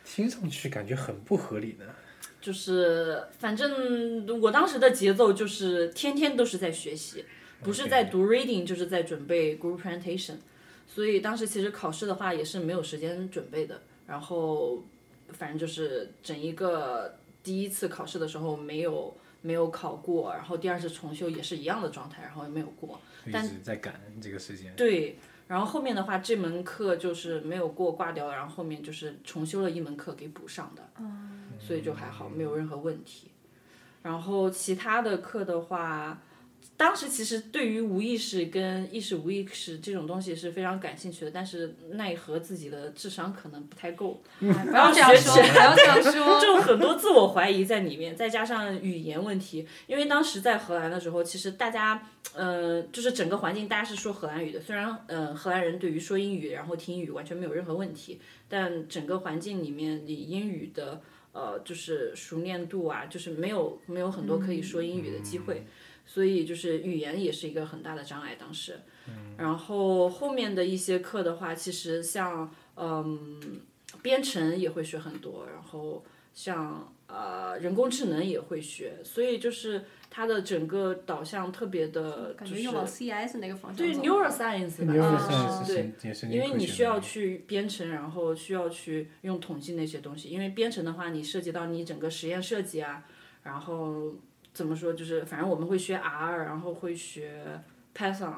A: 听上去感觉很不合理呢。
B: 就是反正我当时的节奏就是天天都是在学习，不是在读 reading 就是在准备 group presentation，所以当时其实考试的话也是没有时间准备的。然后反正就是整一个第一次考试的时候没有没有考过，然后第二次重修也是一样的状态，然后也没有过。
A: 一直在赶这个时间，
B: 对，然后后面的话，这门课就是没有过挂掉了，然后后面就是重修了一门课给补上的，所以就还好，没有任何问题。然后其他的课的话，当时其实对于无意识跟意识无意识这种东西是非常感兴趣的，但是奈何自己的智商可能不太够，
C: 哎不
B: 然
C: 要
B: 后
C: 这样
B: 嗯学
C: 说，
B: 起
C: 不要这样 说。
B: 就很多自我怀疑在里面，再加上语言问题，因为当时在荷兰的时候，其实大家，呃，就是整个环境大家是说荷兰语的，虽然，呃，荷兰人对于说英语然后听英语完全没有任何问题，但整个环境里面，你英语的，呃，就是熟练度啊，就是没有没有很多可以说英语的机会，所以就是语言也是一个很大的障碍，当时。然后后面的一些课的话，其实像嗯编程也会学很多，然后像呃人工智能也会学，所以就是它的整个导向特别的，
C: 感
B: 就
C: 觉
B: 是
C: 又往 CS 那个方向走。
B: 对 neuroscience 吧，啊
A: 因为
C: 嗯
A: 现在
B: 是对。
A: 是也是
B: 因为你需要去编程，然后需要去用统计那些东西。因为编程的话，你涉及到你整个实验设计啊，然后怎么说，就是反正我们会学 R，然后会学 Python，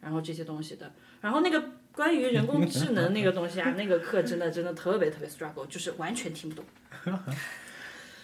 B: 然后这些东西的。然后那个关于人工智能那个东 西啊，那个课真的真的特别特别 struggle，就是完全听不懂。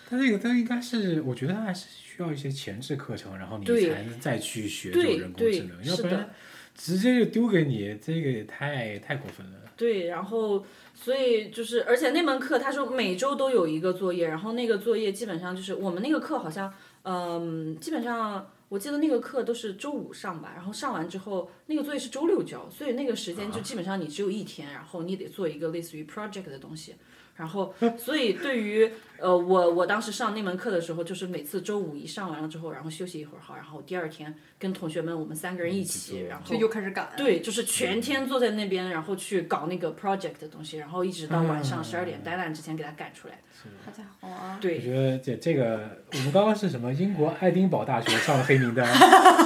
A: 它这个它应该是，我觉得它还是需要一些前置课程，然后你
B: 对
A: 才能再去学这
B: 对
A: 种人工智
B: 对，
A: 能，要
B: 是
A: 不
B: 的
A: 然。直接就丢给你，这个也太太过分了。
B: 对，然后所以就是，而且那门课他说每周都有一个作业，然后那个作业基本上就是我们那个课好像，嗯，基本上我记得那个课都是周五上吧，然后上完之后那个作业是周六交，所以那个时间就基本上你只有一天，然后你得做一个类似于 project 的东西。然后，所以对于呃我我当时上那门课的时候，就是每次周五一上完了之后，然后休息一会儿好，然后第二天跟同学们我们三个人一起，啊然后
C: 就又开始赶。
B: 对，就是全天坐在那边，然后去搞那个 project 的东西，然后一直到晚上十二点 deadline 之前给它赶出来。
C: 好家伙啊！
A: 我
B: 对，
A: 觉得这这个，我们刚刚是什么？英国爱丁堡大学上了黑名单，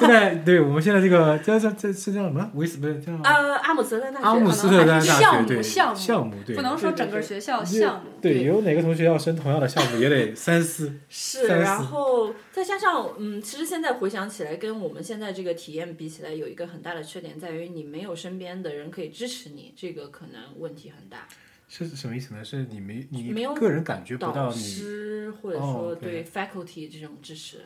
A: 现在对我们现在这个这这这是叫什么？维斯不是叫
B: 呃，阿姆斯特丹大学，
A: 啊阿姆斯特丹
C: 可能
A: 大
C: 还
A: 学
C: 是
A: 对
C: 项目
A: 项目对，
C: 不能说整个学校项目。
A: 对
B: 对
A: 有哪个同学要申同样的项目也得三思。
B: 是，
A: 三
B: 然
A: 四
B: 后再加上，嗯，其实现在回想起来，跟我们现在这个体验比起来，有一个很大的缺点在于你没有身边的人可以支持你，这个可能问题很大。
A: 是什么意思呢？是你没你
B: 没有
A: 个人感觉不到
B: 导
A: 你
B: 师或者
A: 哦
B: 说
A: ，OK
B: 对 faculty 这种支持，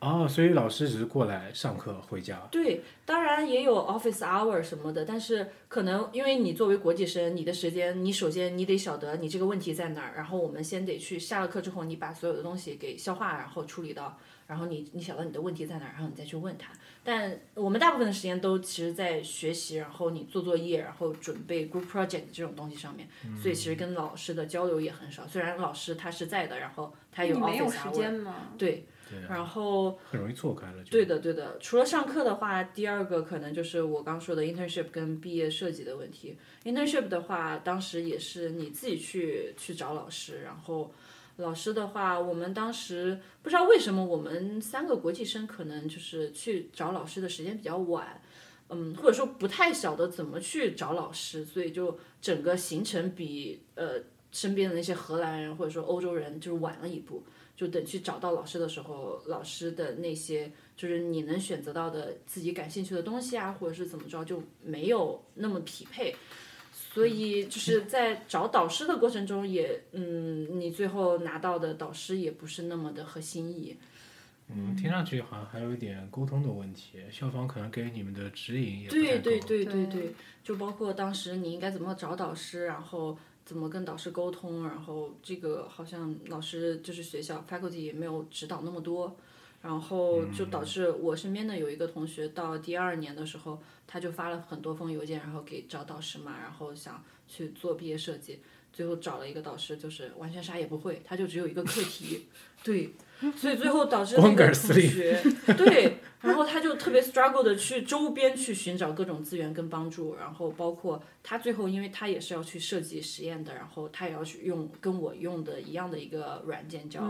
A: 哦，所以老师只是过来上课回家。
B: 对，当然也有 office hour 什么的，但是可能因为你作为国际生，你的时间，你首先你得晓得你这个问题在哪儿，然后我们先得去下了课之后，你把所有的东西给消化，然后处理到，然后你你晓得你的问题在哪儿，然后你再去问他。但我们大部分的时间都其实在学习，然后你做作业，然后准备 group project 这种东西上面，
A: 嗯
B: 所以其实跟老师的交流也很少。虽然老师他是在的，然后他有
C: 你没有
B: office
C: 时
B: hour，
C: 间吗？
B: 对，
A: 对啊，
B: 然后。
A: 很容易错开了。就
B: 对的，对的。除了上课的话，第二个可能就是我刚说的 internship 跟毕业设计的问题。internship 的话，当时也是你自己去去找老师，然后老师的话，我们当时不知道为什么我们三个国际生可能就是去找老师的时间比较晚。嗯，或者说不太晓得怎么去找老师，所以就整个行程比呃身边的那些荷兰人或者说欧洲人就是晚了一步。就等去找到老师的时候，老师的那些就是你能选择到的自己感兴趣的东西啊，或者是怎么着，就没有那么匹配。所以就是在找导师的过程中也，嗯，你最后拿到的导师也不是那么的合心意，
A: 嗯，听上去好像还有一点沟通的问题，校方可能给你们的指引也不太
B: 对
A: 够。
B: 对对对
C: 对
B: 对，就包括当时你应该怎么找导师，然后怎么跟导师沟通，然后这个好像老师就是学校 faculty 也没有指导那么多，然后就
A: 嗯
B: 导致我身边的有一个同学到第二年的时候，他就发了很多封邮件，然后给找导师嘛，然后想去做毕业设计。最后找了一个导师，就是完全啥也不会，他就只有一个课题， 对，所以最后导致那
A: 光杆儿
B: 个同
A: 司令
B: 学，对，然后他就特别 struggle 的去周边去寻找各种资源跟帮助，然后包括他最后，因为他也是要去设计实验的，然后他也要去用跟我用的一样的一个软件叫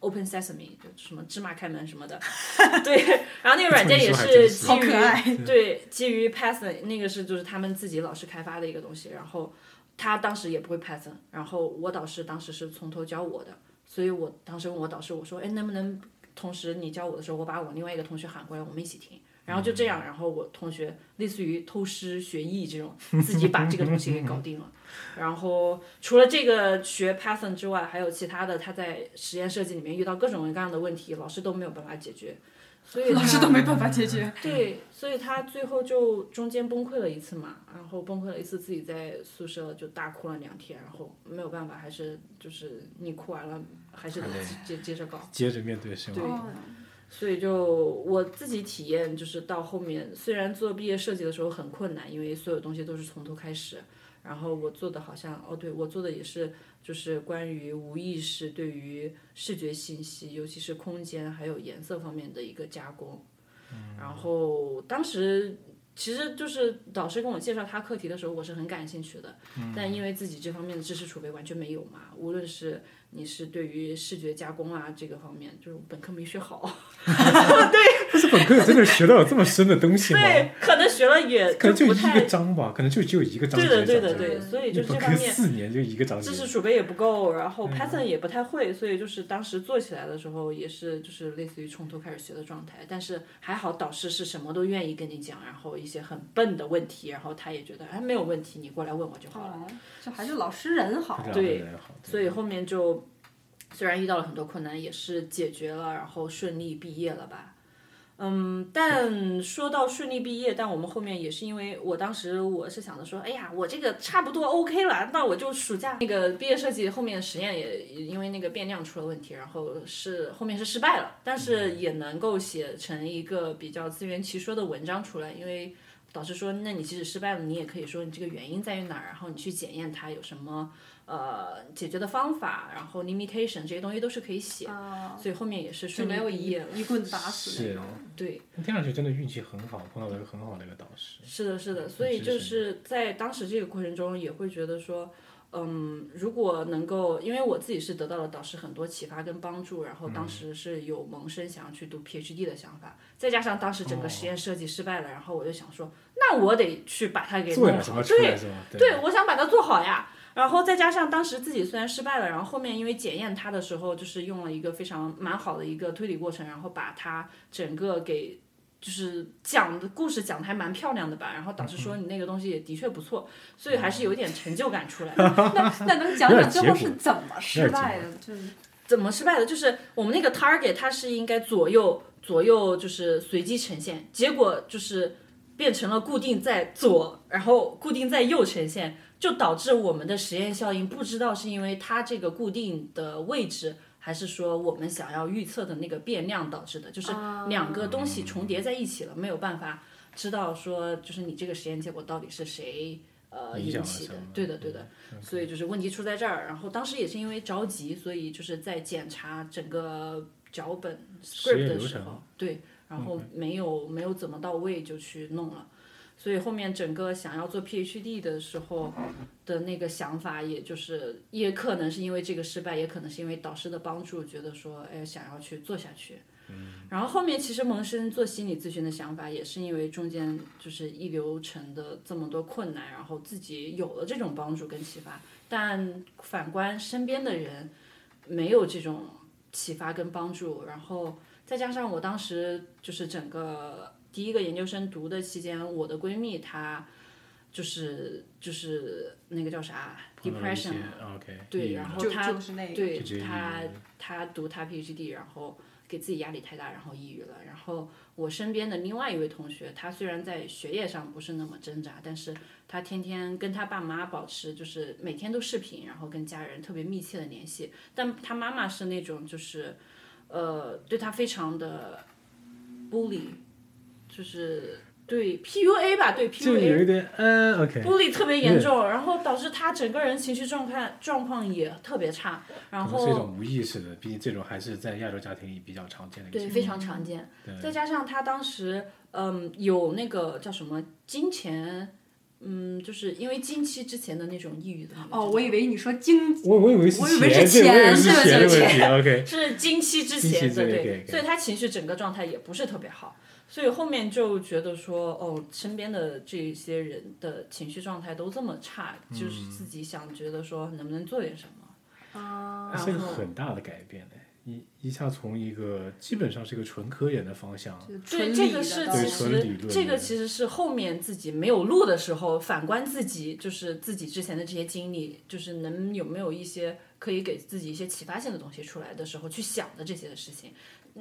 B: Open Sesame，就什么芝麻开门什么的， 对，然后那个软 件也
A: 这么一说还真
B: 是
A: 是
B: 基于
C: 爱，
B: 对，基于 Python 那个是就是他们自己老师开发的一个东西，然后他当时也不会 Python，然后我导师当时是从头教我的，所以我当时问我导师，我说，哎，能不能同时你教我的时候，我把我另外一个同学喊过来，我们一起听。然后就这样，然后我同学类似于偷师学艺这种，自己把这个东西给搞定了。然后除了这个学 Python 之外，还有其他的，他在实验设计里面遇到各种各样的问题，老师都没有办法解决，所 以
C: 老
B: 他
C: 师都没办法解决。
B: 对，所以他最后就中间崩溃了一次嘛，然后崩溃了一次，自己在宿舍就大哭了两天，然后没有办法，还是就是你哭完了，还是得
A: 对
B: 接接着搞。
A: 接着面对 生活。
C: 哦
B: 所以就我自己体验，就是到后面虽然做毕业设计的时候很困难，因为所有东西都是从头开始。然后我做的好像哦，对我做的也是，就是关于无意识对于视觉信息，尤其是空间还有颜色方面的一个加工。
A: 嗯
B: 然后当时其实就是导师跟我介绍他课题的时候，我是很感兴趣的，
A: 嗯
B: 但因为自己这方面的知识储备完全没有嘛，无论是你是对于视觉加工啊这个方面，就是本科没学好，
A: 但是本科真的学到了这么深的东西吗？
B: 对，可能学了也
A: 可能就
B: 不
A: 一
B: 太
A: 个章吧，可能就只有一个章
B: 对
A: 节讲
B: 的，
A: 这
B: 对
A: 个。
B: 的，对，
C: 嗯
B: 所以就
A: 你
B: 这
A: 本
B: 方
A: 科
B: 面
A: 四年就一个章节嗯
B: 知。识储备也不够，然后 Python 也不太会，所以就是当时做起来的时候也是就是类似于从头开始学的状态。但是还好导师是什么都愿意跟你讲，然后一些很笨的问题，然后他也觉得哎没有问题，你过来问我就好了。
C: 哦，这还是老师人好
A: 不知。道
B: 对
A: 能不能好
B: 所以后面就虽然遇到了很多困难，也是解决了，然后顺利毕业了吧。嗯，但说到顺利毕业，但我们后面也是因为我当时我是想着说，哎呀，我这个差不多 OK 了，那我就暑假那个毕业设计后面实验也因为那个变量出了问题，然后是后面是失败了，但是也能够写成一个比较自圆其说的文章出来，因为导师说，那你即使失败了，你也可以说你这个原因在于哪儿，然后你去检验它有什么呃解决的方法，然后 limitation 这些东西都是可以写，
C: 啊，
B: 所以后面也是
C: 就
B: 顺利
C: 没有
B: 毕
C: 一
B: 业了。
C: 一棍 打死那
A: 是哦
C: 种。，
B: 对，
A: 听上去真的运气很好，碰到了一个很好的一个导师。
B: 是的，是的，
C: 嗯
A: 很
B: 所以
A: 支
B: 就
A: 持
B: 是在当时这个过程中，也会觉得说，嗯，如果能够，因为我自己是得到了导师很多启发跟帮助，然后当时是有萌生想要去读 PhD 的想法，再加上当时整个实验设计失败了，然后我就想说，那我得去把它给
A: 做
B: 弄
A: 点什
B: 好，
A: 么出
B: 对
A: 来，是吗？对
B: 对，我想把它做好呀。然后再加上当时自己虽然失败了，然后后面因为检验它的时候，就是用了一个非常蛮好的一个推理过程，然后把它整个给就是讲的故事讲的还蛮漂亮的吧。然后导师说你那个东西也的确不错，所以还是有一点成就感出来的。
C: 那那能讲讲最后是怎么失败的？就是
B: 怎么失败的？就是我们那个 target 它是应该左右左右就是随机呈现，结果就是变成了固定在左，然后固定在右呈现，就导致我们的实验效应不知道是因为它这个固定的位置。还是说我们想要预测的那个变量导致的，就是两个东西重叠在一起了，没有办法知道说就是你这个实验结果到底是谁呃
A: 影响了
B: 引
A: 嗯
B: 起
A: 什
B: 的
A: 么。
B: 对的，对的。所以就是问题出在这儿。然后当时也是因为着急，所以就是在检查整个脚本
A: 实
B: script
A: 验
B: 的
A: 流
B: 时
A: 程嗯
B: 候，对，然后没有没有怎么到位就去弄了。所以后面整个想要做 PhD 的时候的那个想法，也就是也可能是因为这个失败，也可能是因为导师的帮助，觉得说，哎，想要去做下去。
A: 嗯
B: 然后后面其实萌生做心理咨询的想法，也是因为中间就是一流程的这么多困难，然后自己有了这种帮助跟启发，但反观身边的人没有这种启发跟帮助，然后再加上我当时就是整个第一个研究生读的期间，我的闺蜜她就是就是那个叫啥
A: 碰到了嗯一些
B: depression 啊
A: OK，
B: 对
A: 抑郁
B: 然后
C: 就
B: 他
C: 就是那个
B: 对
A: 就直接抑郁
B: 他
A: 了
B: 他读他 PhD，然后给自己压力太大，然后抑郁了。然后我身边的另外一位同学，他虽然在学业上不是那么挣扎，但是他天天跟他爸妈保持就是每天都视频，然后跟家人特别密切的联系。但他妈妈是那种就是，呃，对他非常的 bully，就是对 PUA 吧，对 PUA
A: 就有一点嗯，OK，
B: 孤立特别严重，然后导致他整个人情绪状况状况也特别差，然
A: 可能是一
B: 后
A: 种无意识的，毕竟这种还是在亚洲家庭里比较常见的一个
B: 对
A: 情
B: 非常常见。
A: 对
B: 再加上他当时嗯有那个叫什么金钱，嗯，就是因为经期之前的那种抑郁的那种
C: 哦，我以为你说经，
A: 我我以为是
C: 我以为是
A: 钱，对我以为
C: 钱
A: 是
C: 是不是
A: 的问
B: 钱
A: 题，OK，
B: 是经期之
A: 经期
B: 前
A: 之
B: 的，
A: 类
B: 对，
A: 对对
B: 所以他情绪整个状态也不是特别好，所以后面就觉得说，哦，身边的这些人的情绪状态都这么差，就是自己想觉得说能不能做点什么，
C: 啊、
A: 是一个很大的改变嘞，一一下从一个基本上是一个纯科研的方向，
C: 就是
B: 对，
C: 纯
B: 这
C: 理
B: 个
C: 的
B: 是
C: 到
A: 对
B: 其
A: 纯理
B: 实
A: 论
B: 这个
A: 的
B: 其实是后面自己没有录的时候，反观自己就是自己之前的这些经历，就是能有没有一些可以给自己一些启发性的东西出来的时候去想的这些的事情。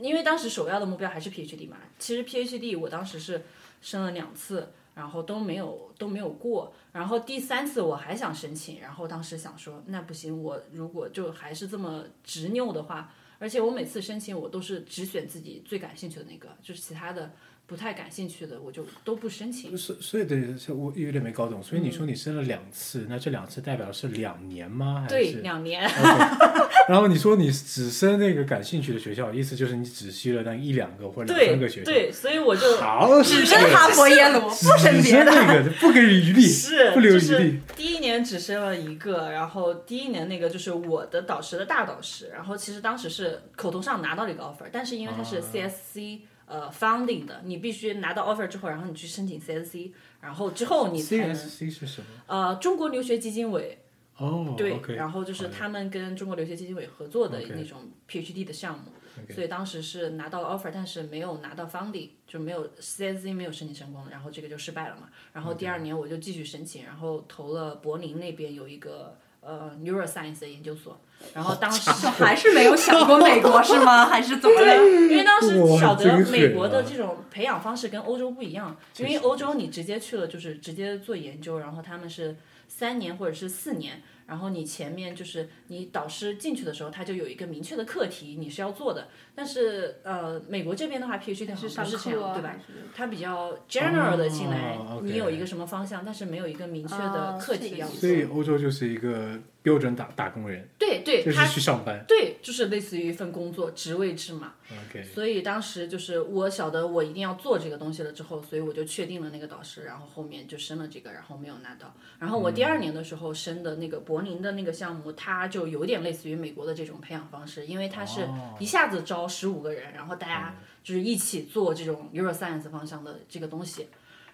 B: 因为当时首要的目标还是 PhD 嘛，其实 PhD 我当时是申了两次，然后都没有都没有过，然后第三次我还想申请，然后当时想说那不行，我如果就还是这么执拗的话，而且我每次申请我都是只选自己最感兴趣的那个，就是其他的不太感兴趣的我就都不申请。
A: 所所以对，是我有点没搞懂，所以你
B: 嗯
A: 说你生了两次，那这两次代表是两年吗？还
B: 对，
A: 是？
B: 两年。
A: 然后你说你只升那个感兴趣的学校，意思就是你只吸了那一两个或者两
B: 对
A: 三个学校。
B: 对，所以我就
A: 好，
C: 只
A: 是
C: 剩
A: 这个
C: 哈佛耶鲁，不
A: 只
C: 审别
A: 升
C: 的。
A: 那个不给余力，
B: 是
A: 不留
B: 就
A: 余力
B: 是。第一年只升了一个，然后第一年那个就是我的导师的大导师，然后其实当时是口头上拿到了一个 offer，但是因为它
A: 啊
B: 是 CSC、呃 founding 的，你必须拿到 offer 之后，然后你去申请 CSC，然后之后你才能
A: CSC 是什么？
B: 呃中国留学基金委
A: 哦，
B: 对
A: o k
B: 然后就是他们跟中国留学基金委合作的
A: OK
B: 那种 PhD 的项目所以当时是拿到了 offer，但是没有拿到 funding，就没有 CSC 没有申请成功，然后这个就失败了嘛。然后第二年我就继续申请，然后投了柏林那边有一个呃 neuroscience 的研究所，然后当时
C: 就还是没有想过美国是吗？还是怎么了？
B: 对，因为当时
A: 哎哇
B: 晓得
A: 真狠
B: 美国的
A: 啊
B: 这种培养方式跟欧洲不一样，因为欧洲你直接去了就是直接做研究，然后他们是三年或者是四年，然后你前面就是你导师进去的时候，他就有一个明确的课题你是要做的，但是呃，美国这边的话 PhD 好
C: 是
B: 像
C: 上
B: 不是这
C: 课
B: 样，
C: 啊
B: 对吧
C: 还？是
B: 它比较 general 的进来
A: 哦，，OK
B: 你有一个什么方向，但是没有一个明确的
C: 哦
B: 课
C: 这
B: 题
C: 个
B: 要
C: 意思
A: 所
B: 做。
A: 以欧洲就是一个标准打打工人，
B: 对对，
A: 就是
B: 它
A: 去上班。
B: 对就是类似于一份工作职位制嘛。
A: OK，
B: 所以当时就是我晓得我一定要做这个东西了之后，所以我就确定了那个导师，然后后面就申了这个，然后没有拿到。然后我第二年的时候申的那个柏林的那个项目，它就有点类似于美国的这种培养方式，因为它是一下子招十五个人，然后大家就是一起做这种 neuroscience 方向的这个东西。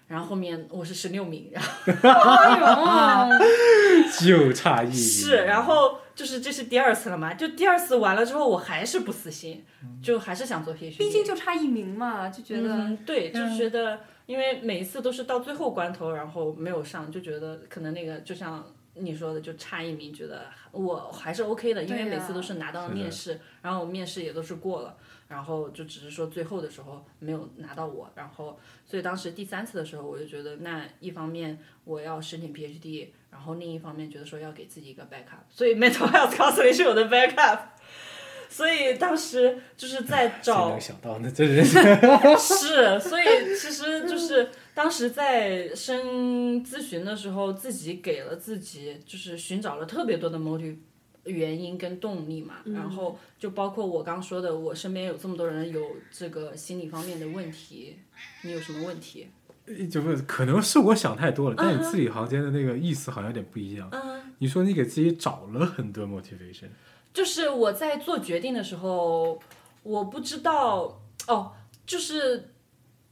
B: 然后后面我是十六名，然后哦
C: 哎呦
A: 就差异
B: 是，然后哦就是这是第二次了嘛，就第二次完了之后，我还是不死心，就还是想做 PhD。
C: 毕竟就差一名嘛，就觉得
B: 嗯、对，就觉得因为每一次都是到最后关头，然后没有上，就觉得可能那个就像你说的，就差一名，觉得我还是 OK 的，因为
C: 对呀
B: 每次都是拿到了面试，然后我面试也都是过了，然后就只是说最后的时候没有拿到我，然后所以当时第三次的时候，我就觉得那一方面我要申请 PhD，然后另一方面觉得说要给自己一个 backup，所以 mental health counseling 是我的 backup。所以当时就是在
A: 谁
B: 找
A: 能想到呢？这人
B: 是，所以其实就是当时在申咨询的时候，自己给了自己就是寻找了特别多的 motive 原因跟动力嘛，然后就包括我刚说的，我身边有这么多人有这个心理方面的问题，你有什么问题？
A: 就是可能是我想太多了，
B: 嗯
A: 但你字里行间的那个意思好像有点不一样。你说你给自己找了很多 motivation，
B: 就是我在做决定的时候，我不知道哦，就是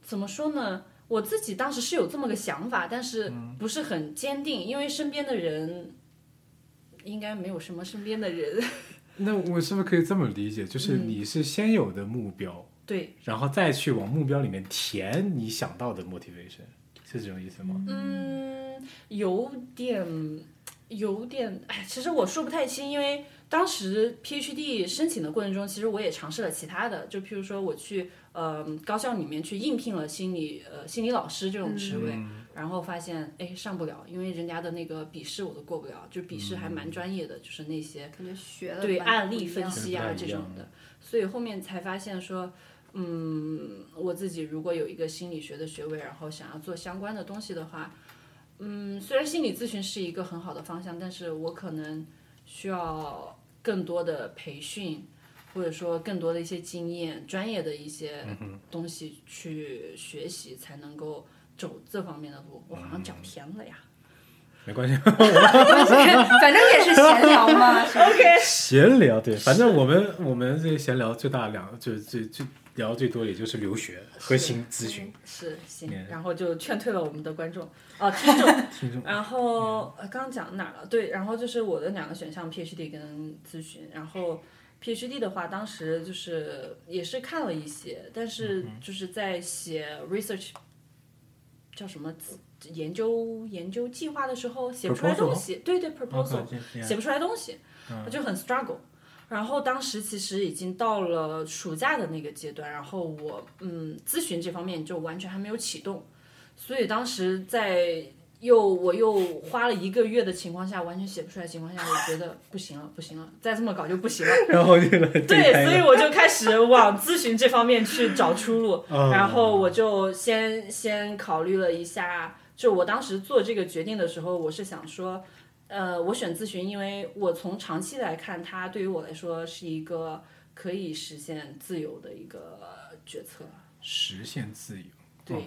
B: 怎么说呢？我自己当时是有这么个想法，但是不是很坚定，因为身边的人应该没有什么身边的人
A: 那我是不是可以这么理解，就是你是先有的目标，
B: 嗯对，
A: 然后再去往目标里面填你想到的 motivation，是这种意思吗？
B: 嗯，有点有点，哎，其实我说不太清，因为当时 PhD 申请的过程中，其实我也尝试了其他的，就譬如说我去呃高校里面去应聘了心理呃心理老师这种职位，然后发现哎上不了，因为人家的那个笔试我都过不了，就笔试还蛮专业的，就是那些
C: 感觉学的
B: 对
C: 蛮
B: 案
C: 不
B: 例
C: 一
B: 分
C: 样
B: 析啊
A: 这个不太一
B: 这
A: 样
B: 种的，所以后面才发现说，嗯，我自己如果有一个心理学的学位，然后想要做相关的东西的话，嗯，虽然心理咨询是一个很好的方向，但是我可能需要更多的培训，或者说更多的一些经验、专业的一些
A: 嗯
B: 东西去学习，才能够走这方面的路。我好
A: 嗯
B: 像脚甜了呀。
A: 没关系，
C: 反正也是闲聊嘛。是吧
A: 闲聊 对，反正我们我们这闲聊最大两就最最聊最多也就是留学和心咨询，
B: 是行
A: 嗯，
B: 然后就劝退了我们的观众 哦，听众，然后呃刚刚讲哪儿了？对，然后就是我的两个选项 PhD 跟咨询，然后 PhD 的话，当时就是也是看了一些，但是就是在写 research 叫什么自研究研究计划的时候写不出来
A: Proposal
B: 东西，对对 proposal，
A: 这
B: 写不出来东西，我就很 struggle。然后当时其实已经到了暑假的那个阶段，然后我嗯咨询这方面就完全还没有启动，所以当时在又我又花了一个月的情况下，完全写不出来的情况下，我觉得不行了，不行了，再这么搞就不行了。
A: 然后就来
B: 对，
A: 开
B: 所以我就开始往咨询这方面去找出路。
A: 嗯
B: 然后我就先先考虑了一下，就我当时做这个决定的时候，我是想说，呃，我选咨询，因为我从长期来看，它对于我来说是一个可以实现自由的一个决策。
A: 实现自由，
B: 对
A: 哦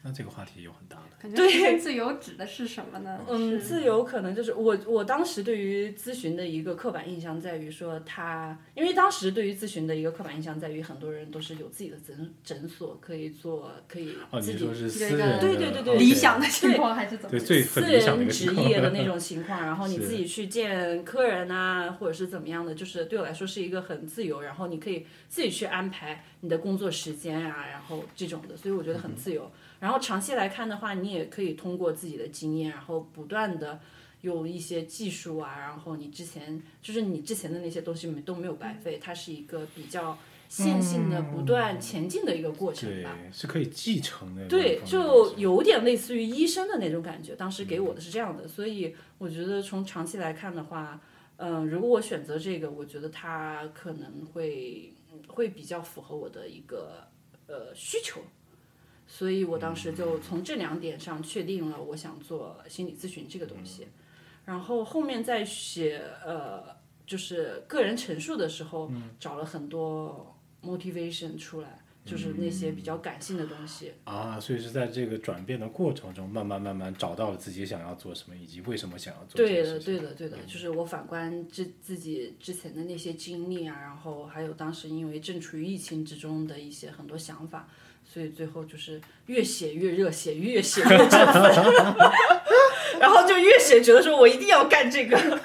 A: 那这个话题有很大了。
C: 感觉
B: 对
C: 实现自由指的是什么呢？
B: 嗯，
C: 是
B: 自由可能就是我我当时对于咨询的一个刻板印象在于说他，因为当时对于咨询的一个刻板印象在于很多人都是有自己的诊诊所可以做，可以
A: 哦，
B: 自
A: 你
B: 己
A: 说是
C: 自
A: 私
C: 己的一个
A: 人的
B: 对对对对
A: OK
C: 理想的情况还是怎么
A: 对
C: 样？
A: 最
B: 私
A: 很理想的一
B: 人
A: 个
B: 职
A: 情况
B: 业的那种情况，然后你
A: 是
B: 自己去见客人啊，或者是怎么样的，就是对我来说是一个很自由，然后你可以自己去安排你的工作时间啊，然后这种的，所以我觉得
A: 嗯
B: 很自由。然后长期来看的话，你也可以通过自己的经验，然后不断的。有一些技术啊，然后你之前就是你之前的那些东西没都没有白费，它是一个比较线性的、不
A: 嗯
B: 断前进的一个过程吧。
A: 对，是可以继承的。
B: 啊对，
A: 这种方
B: 就
A: 面
B: 有点类似于医生的那种感觉。当时给
A: 嗯
B: 我的是这样的，所以我觉得从长期来看的话，嗯、如果我选择这个，我觉得它可能会会比较符合我的一个呃需求，所以我当时
A: 嗯
B: 就从这两点上确定了我想做心理咨询这个东西。
A: 嗯
B: 然后后面在写呃就是个人陈述的时候，
A: 嗯
B: 找了很多 motivation 出来。就是那些比较
A: 嗯
B: 感性的东西，
A: 啊，所以是在这个转变的过程中，慢慢慢慢找到了自己想要做什么，以及为什么想要做这
B: 对
A: 件
B: 的，
A: 事情。嗯
B: 对的，对的，就是我反观自自己之前的那些经历啊，然后还有当时因为正处于疫情之中的一些很多想法，所以最后就是越写越热血，越写越振奋， 然后就越写觉得说我一定要干这个，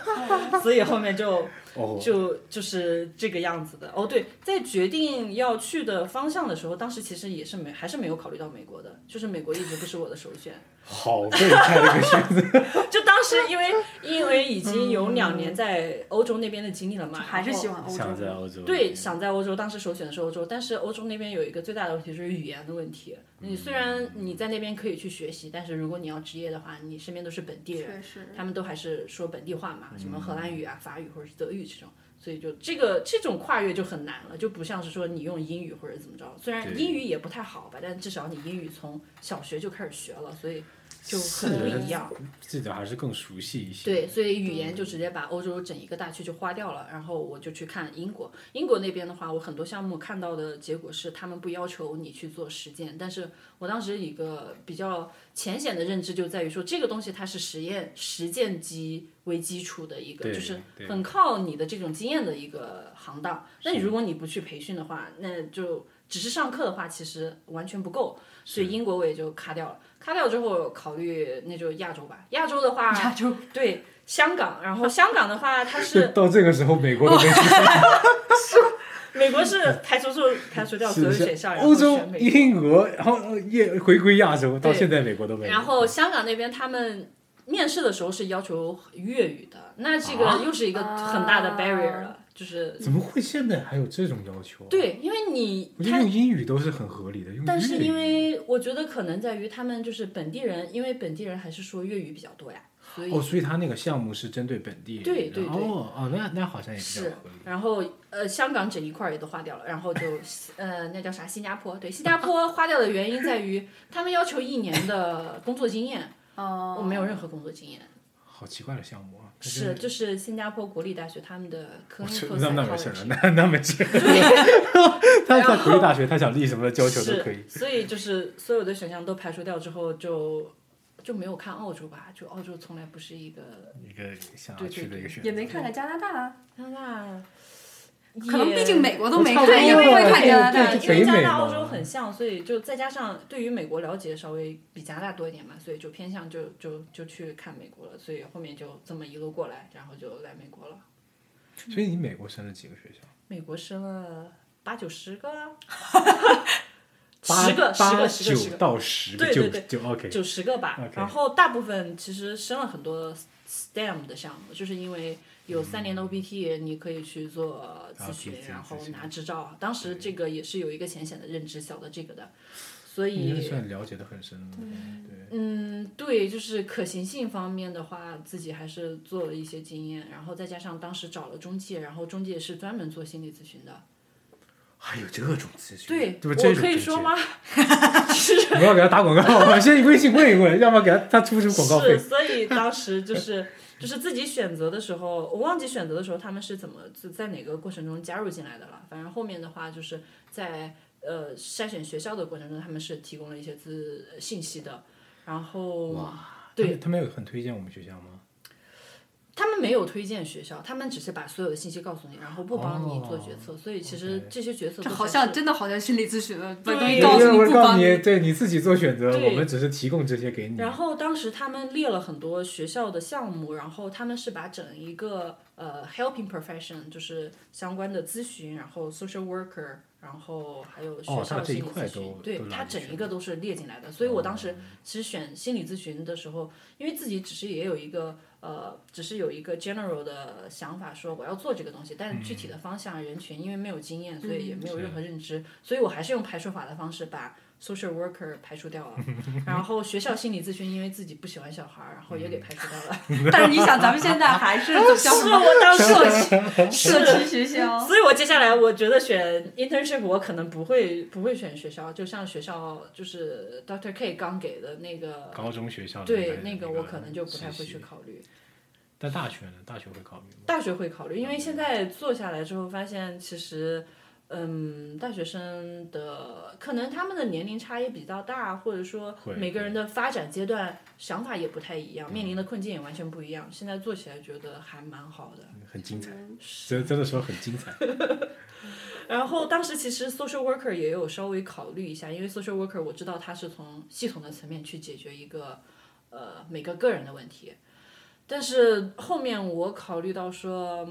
B: 所以后面就
A: 哦，
B: 就就是这个样子的。哦，对，在决定要去的方向的时候，当时其实也是没还是没有考虑到美国的，就是美国一直不是我的首选。
A: 好变态的一个选择。
B: 就当时因为因为已经有两年在欧洲那边的经历了嘛，
C: 还是
B: 然后
C: 喜欢欧
A: 想在
C: 洲。
A: 欧洲。
B: 对，想在欧洲，当时首选的是欧洲，但是欧洲那边有一个最大的问题就是语言的问题。你虽然你在那边可以去学习，但是如果你要职业的话，你身边都是本地人，
C: 确实，
B: 他们都还是说本地话嘛，什么荷兰语啊、法语或者是德语这种，所以就这个这种跨越就很难了，就不像是说你用英语或者怎么着，虽然
A: 对
B: 英语也不太好吧，但至少你英语从小学就开始学了，所以就很
A: 是
B: 不
A: 的
B: 一样。
A: 自己还是更熟悉一些。
B: 对，所以语言就直接把欧洲整一个大区就花掉了。然后我就去看英国，英国那边的话，我很多项目看到的结果是他们不要求你去做实践，但是我当时一个比较浅显的认知就在于说，这个东西它是实验实践基为基础的一个，
A: 对
B: 就是
A: 对
B: 很靠你的这种经验的一个行当。那你如果你不去培训的话，那就只是上课的话，其实完全不够。所以英国我也就卡掉了。卡掉之后，考虑那就亚洲吧。亚洲的话，
C: 亚洲
B: 对香港，然后香港的话，它
A: 就是 到这个时候，美国
B: 哦
A: 都没去
B: 美国是排除出排除掉所有选项，然
A: 欧
B: 后
A: 洲
B: 选、美国。
A: 英国，然后也回归亚洲，到
B: 对
A: 现在美国都没有。
B: 然后香港那边他们面试的时候是要求粤语的，那这个又是一个很大的
C: 啊
B: barrier 了，就是
A: 怎么会现在还有这种要求？，啊
B: 对，因为你
A: 我觉
B: 他
A: 得用英语都是很合理的，用
B: 但是
A: 粤语
B: 因为我觉得可能在于他们就是本地人，因为本地人还是说粤语比较多呀，所以
A: 哦，所以他那个项目是针对本地人，
B: 对对对
A: 哦哦，那那好像也比较
B: 是
A: 合理。。
B: 然后呃，香港这一块儿也都划掉了，然后就呃，那叫啥？新加坡对，新加坡划掉的原因在于他们要求一年的工作经验，
C: 哦，
B: 我没有任何工作经验。
A: 哦好奇怪的项目啊！
B: 是，就是新加坡国立大学他们的科
A: 我这
B: 科
A: 那
B: 赛
A: 那
B: 考
A: 没事
B: 试
A: 了，那那没事。 他在国立大学，他想立什么的要求都可以。
B: 是，所以就是所有的选项都排除掉之后就，就没有看澳洲吧？就澳洲从来不是一个
A: 一个想要
B: 对
A: 去
B: 对
A: 的一个选择，
C: 也没看看加拿大，啊
B: 加拿大，
C: 可能毕竟美国都没
A: 差
C: 看
A: 不多，
C: 也不会看加拿
A: 对
C: 大
A: 对。
B: 因
A: 北美
B: 为加拿大、
A: 嘛
B: 澳洲很像，所以就再加上对于美国了解稍微比加拿大多一点嘛，所以就偏向就就就去看美国了，所以后面就这么一路过来，然后就来美国了。
A: 所以你美国升了几个学校？
B: 美国生了八九十个啊，
A: 八
B: 十个十
A: 八
B: 个十个十
A: 九
B: 个
A: 到十个，
B: 对
A: 就
B: 对对
A: 就 OK。
B: 九十个吧
A: OK
B: 然后大部分其实升了很多 STEM 的项目，就是因为有三年的 OPT，你可以去做咨询，
A: 自己
B: 然后
A: 自己
B: 拿执照。啊当时这个也是有一个浅显的认知，晓得这个的，所
A: 你也
B: 以
A: 算了解的很深了，对，
B: 嗯，对，就是可行性方面的话，自己还是做了一些经验，然后再加上当时找了中介，然后中介是专门做心理咨询的。
A: 还有这种咨询，
B: 对，
A: 对吧？这
B: 我
A: 种
B: 可
A: 东
B: 以
A: 西
B: 说？吗？
A: 不要给他打广告，我先微信问一问，要不然给他他出出广告费
B: 是，。所以当时 就是就是自己选择的时候，我忘记选择的时候他们是怎么就在哪个过程中加入进来的了。反正后面的话就是在呃筛选学校的过程中，他们是提供了一些资呃信息的。然后对
A: 他们他们有很推荐我们学校吗？
B: 他们没有推荐学校，他们只是把所有的信息告诉你，然后不帮你做决策。所以其实
A: OK
B: 这些决策
C: 这
B: 都
C: 好
B: 还
C: 像
B: 是
C: 真的好像心理咨询了，把
B: 对
C: 东西
B: 对
C: 告诉
A: 我
C: 你不
A: 告诉
C: 帮
A: 你，对你自己做选择，
B: 对
A: 我们只是提供这些给你。
B: 然后当时他们列了很多学校的项目，然后他们是把整一个呃 helping profession 就是相关的咨询，然后 social worker，然后还有
A: 哦
B: 学
A: 他
B: 校
A: 这一
B: 心理
A: 块
B: 咨询，
A: 都
B: 对
A: 都拉
B: 他
A: 进
B: 整
A: 去哦
B: 一个都是列进来的。所以我当时其实选心理咨询的时候，因为自己只是也有一个呃，只是有一个 general 的想法，说我要做这个东西，但是具
A: 嗯
B: 体的方向、人群，因为没有经验，所以也没有任何认知，所以我还是用排除法的方式把 social worker 排除掉了，然后学校心理咨询，因为自己不喜欢小孩儿，然后也
A: 嗯
B: 给排除掉了。
C: 但是你想，咱们现在还是走向
B: 是我当 时，
C: 社区学校，
B: 所以我接下来我觉得选 internship 我可能不会不会选学校，就像学校就是 Doctor K 刚给的那个，
A: 高中学校的
B: 对
A: 那
B: 那
A: 个
B: 个我可能就不太会
A: 实习
B: 去考虑。
A: 但大学呢？大学会考虑吗？
B: 大学会考虑，因为现在做下来之后发现，其实，嗯，大学生的可能他们的年龄差也比较大，或者说
A: 会
B: 每个人的发展阶段想法也不太一样，面临的困境也完全不一样。现在做起来觉得还蛮好的。嗯
A: 很精彩，真真的说很精彩。
B: 然后当时其实 social worker 也有稍微考虑一下，因为 social worker 我知道他是从系统的层面去解决一个呃每个个人的问题，但是后面我考虑到说，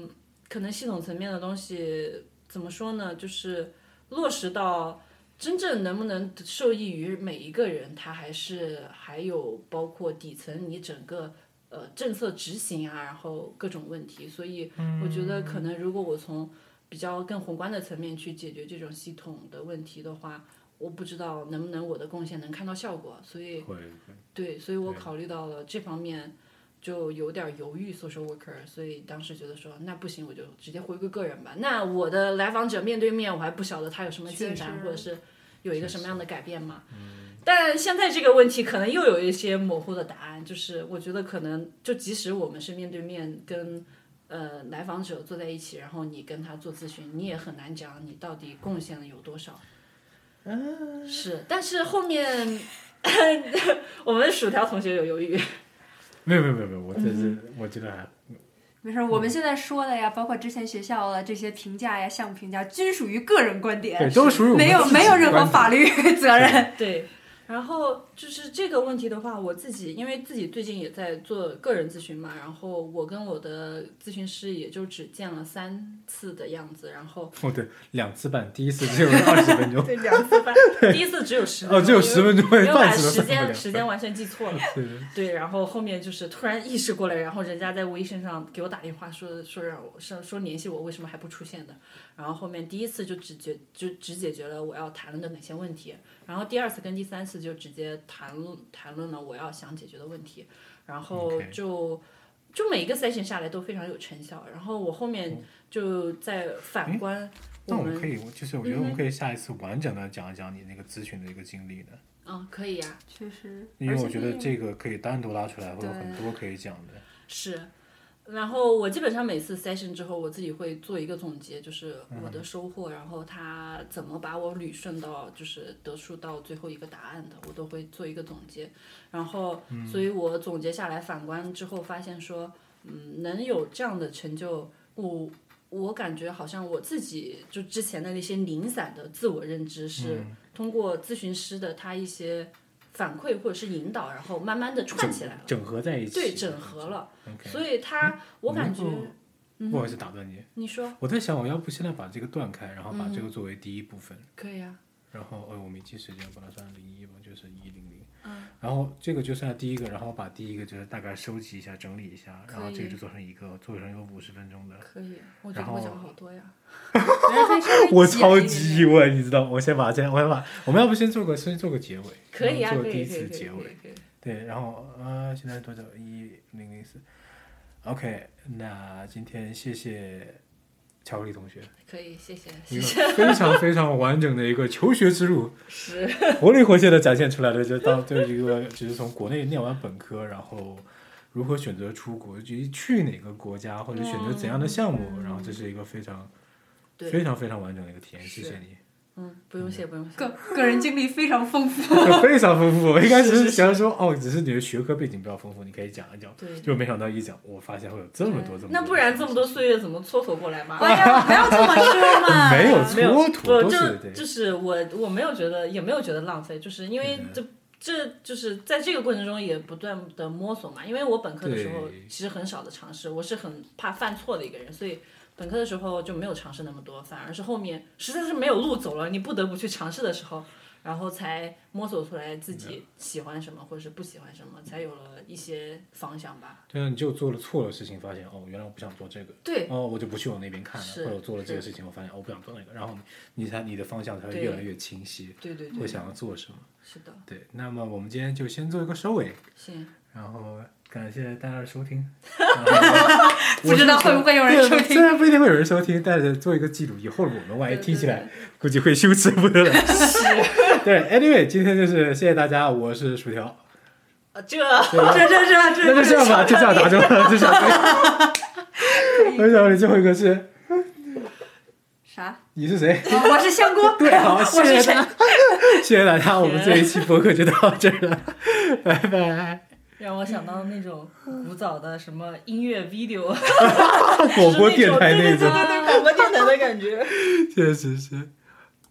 B: 可能系统层面的东西怎么说呢，就是落实到。真正能不能受益于每一个人，他还是还有包括底层你整个呃政策执行啊，然后各种问题，所以我觉得可能如果我从比较更宏观的层面去解决这种系统的问题的话，我不知道能不能我的贡献能看到效果，所以
A: 会
B: 对，所以我考虑到了这方面，就有点犹豫 social worker，所以当时觉得说那不行，我就直接回归个人吧。那我的来访者面对面，我还不晓得他有什么进
C: 确
B: 展，
C: 实
B: 或者是有一个什么样的改变嘛。但现在这个问题可能又有一些模糊的答案，就是我觉得可能就即使我们是面对面跟呃来访者坐在一起，然后你跟他做咨询，你也很难讲你到底贡献了有多少。是，但是后面 我们薯条同学有犹豫，
A: 没有没有没有没有，我这是
B: 嗯
A: 我觉得还
C: 没事儿，
A: 嗯
C: 我们现在说的呀，包括之前学校的这些评价呀、项目评价，均属于个人观点，
A: 对，都属于我们
C: 没有
A: 自己
C: 没有任何
A: 观点
C: 法律责任。
B: 对，然后就是这个问题的话，我自己因为自己最近也在做个人咨询嘛，然后我跟我的咨询师也就只见了三次的样子，然后
A: 哦，对，两次半，第一次只有二十分钟，
B: 对两次半，第一次只有十
A: 哦，只有十分钟，
B: 因为把
A: 半次
B: 时
A: 都半
B: 间
A: 不了
B: 时间完全记错了。
A: 对对
B: 对，然后后面就是突然意识过来，然后人家在微信上给我打电话说说让我说说联系我，为什么还不出现的？然后后面第一次就只解就只解决了我要谈论的哪些问题，然后第二次跟第三次就直接谈论谈论了我要想解决的问题，然后
A: OK
B: 就就每一个 session 下来都非常有成效。然后我后面就在反观我
A: 哦那我
B: 们嗯
A: 们可以，就是我觉得我们可以下一次完整的讲一讲你那个咨询的一个经历的，
B: 嗯，可以呀、
C: 确
B: 嗯
C: 实，
A: 因为
C: 而且
A: 我觉得
C: 你
A: 这个可以单独拉出来，会有
C: 对
A: 很多可以讲的。
B: 是，然后我基本上每次 session 之后，我自己会做一个总结，就是
A: 嗯
B: 我的收获，然后他怎么把我捋顺到，就是得出到最后一个答案的，我都会做一个总结。然后，
A: 嗯
B: 所以我总结下来反观之后，发现说，嗯，能有这样的成就，我。我感觉好像我自己就之前的那些零散的自我认知，是
A: 嗯
B: 通过咨询师的他一些反馈或者是引导，然后慢慢的串起来。
A: 整合在一起，
B: 对，整合了。
A: OK 嗯
B: 所以他，我感觉，
A: 不好意思打断你，
B: 你说嗯
A: 我在想，我要不现在把这个断开，然后把这个作为第一部分，
B: 可以啊？
A: 然后呃，我没记时间，把它算零一吧，就是一零零。
B: 嗯
A: 然后这个就算第一个，然后把第一个就是大概收集一下、整理一下，然后
B: 可以
A: 这个就做成一个，做成一个五十分钟的。
B: 可以，我
A: 嗯
B: 觉
A: 然
B: 得
A: 后
B: 我讲好 多呀。
A: 我超级意外，你知道吗？我先把这，我先把，我们要不先做个先做个结尾，
B: 可以啊，
A: 然后
B: 可
A: 做第
B: 以，
A: 一
B: 可以，
A: 次
B: 可以，
A: 结
B: 可
A: 尾。
B: 以，可以。
A: 对，然后呃，现在多久？一零零四。OK，那今天谢谢巧克力同学，
B: 可以，谢谢，
A: 一
B: 谢
A: 个
B: 谢。
A: 非常非常完整的一个求学之路，
B: 是
A: 活灵活现的展现出来的，就当对于一个就是从国内念完本科，然后如何选择出国，以及去哪个国家或者选择怎样的项目，然后这是一个非常
B: 嗯对
A: 非常非常完整的一个体验，谢
B: 是
A: 谢你，
B: 嗯，不用谢，不用谢。
C: 个个人经历非常丰 富。
A: 非常丰富。我一开始是想说哦，只是你的学科背景比较丰富，你可以讲一讲，
B: 对，
A: 就没想到一讲，我发现会有这么多这么多
B: 那不然这么多岁月怎么蹉跎过来嘛？
C: 哎呀，不要这么说嘛。
A: 没有
B: 没有
A: 蹉跎，
B: 不
A: 都是
B: 就
A: 对。
B: 就是我我没有觉得也没有觉得浪费，就是因为这这就是在这个过程中也不断的摸索嘛。因为我本科的时候
A: 对
B: 其实很少的尝试，我是很怕犯错的一个人，所以本科的时候就没有尝试那么多，反而是后面实在是没有路走了，你不得不去尝试的时候。然后才摸索出来自己喜欢什么，或者是不喜欢什么，才有了一些方向吧。
A: 对啊，你就做了错的事情，发现哦，原来我不想做这个，
B: 对，
A: 哦，我就不去往那边看了，或
B: 是
A: 者我做了这个事情，我发现哦，我不想做那个，然后你才你的方向才会
B: 对
A: 越来越清晰，
B: 对对
A: 会
B: 对，
A: 想要做什么。
B: 是的，
A: 对，那么我们今天就先做一个收尾，
B: 行，
A: 然后感谢大家的收听。然后
C: 不知道会不会有人收
A: 对
C: 听
A: 虽然不一定会有人收听，但是做一个记录，以后我们万一听起来，估计会羞耻不得了。对，anyway，今天就是谢谢大家，我是薯条，
B: 呃，这
C: 这这这这
A: 那就这样吧，就这样打住了，就这样。 我想你最后一个是
C: 啥？
A: 你是谁？
C: 哦我是香锅。
A: 对，好，谢
C: 我是
A: 谢
C: 谁
A: 大家，谢谢大家，我们这一期播客就到这儿了，拜拜。
B: 让我想到那种古早的什么音乐 video。
A: 广播电台那种，
B: 对对对对对，广播电台的感觉。
A: 确实是。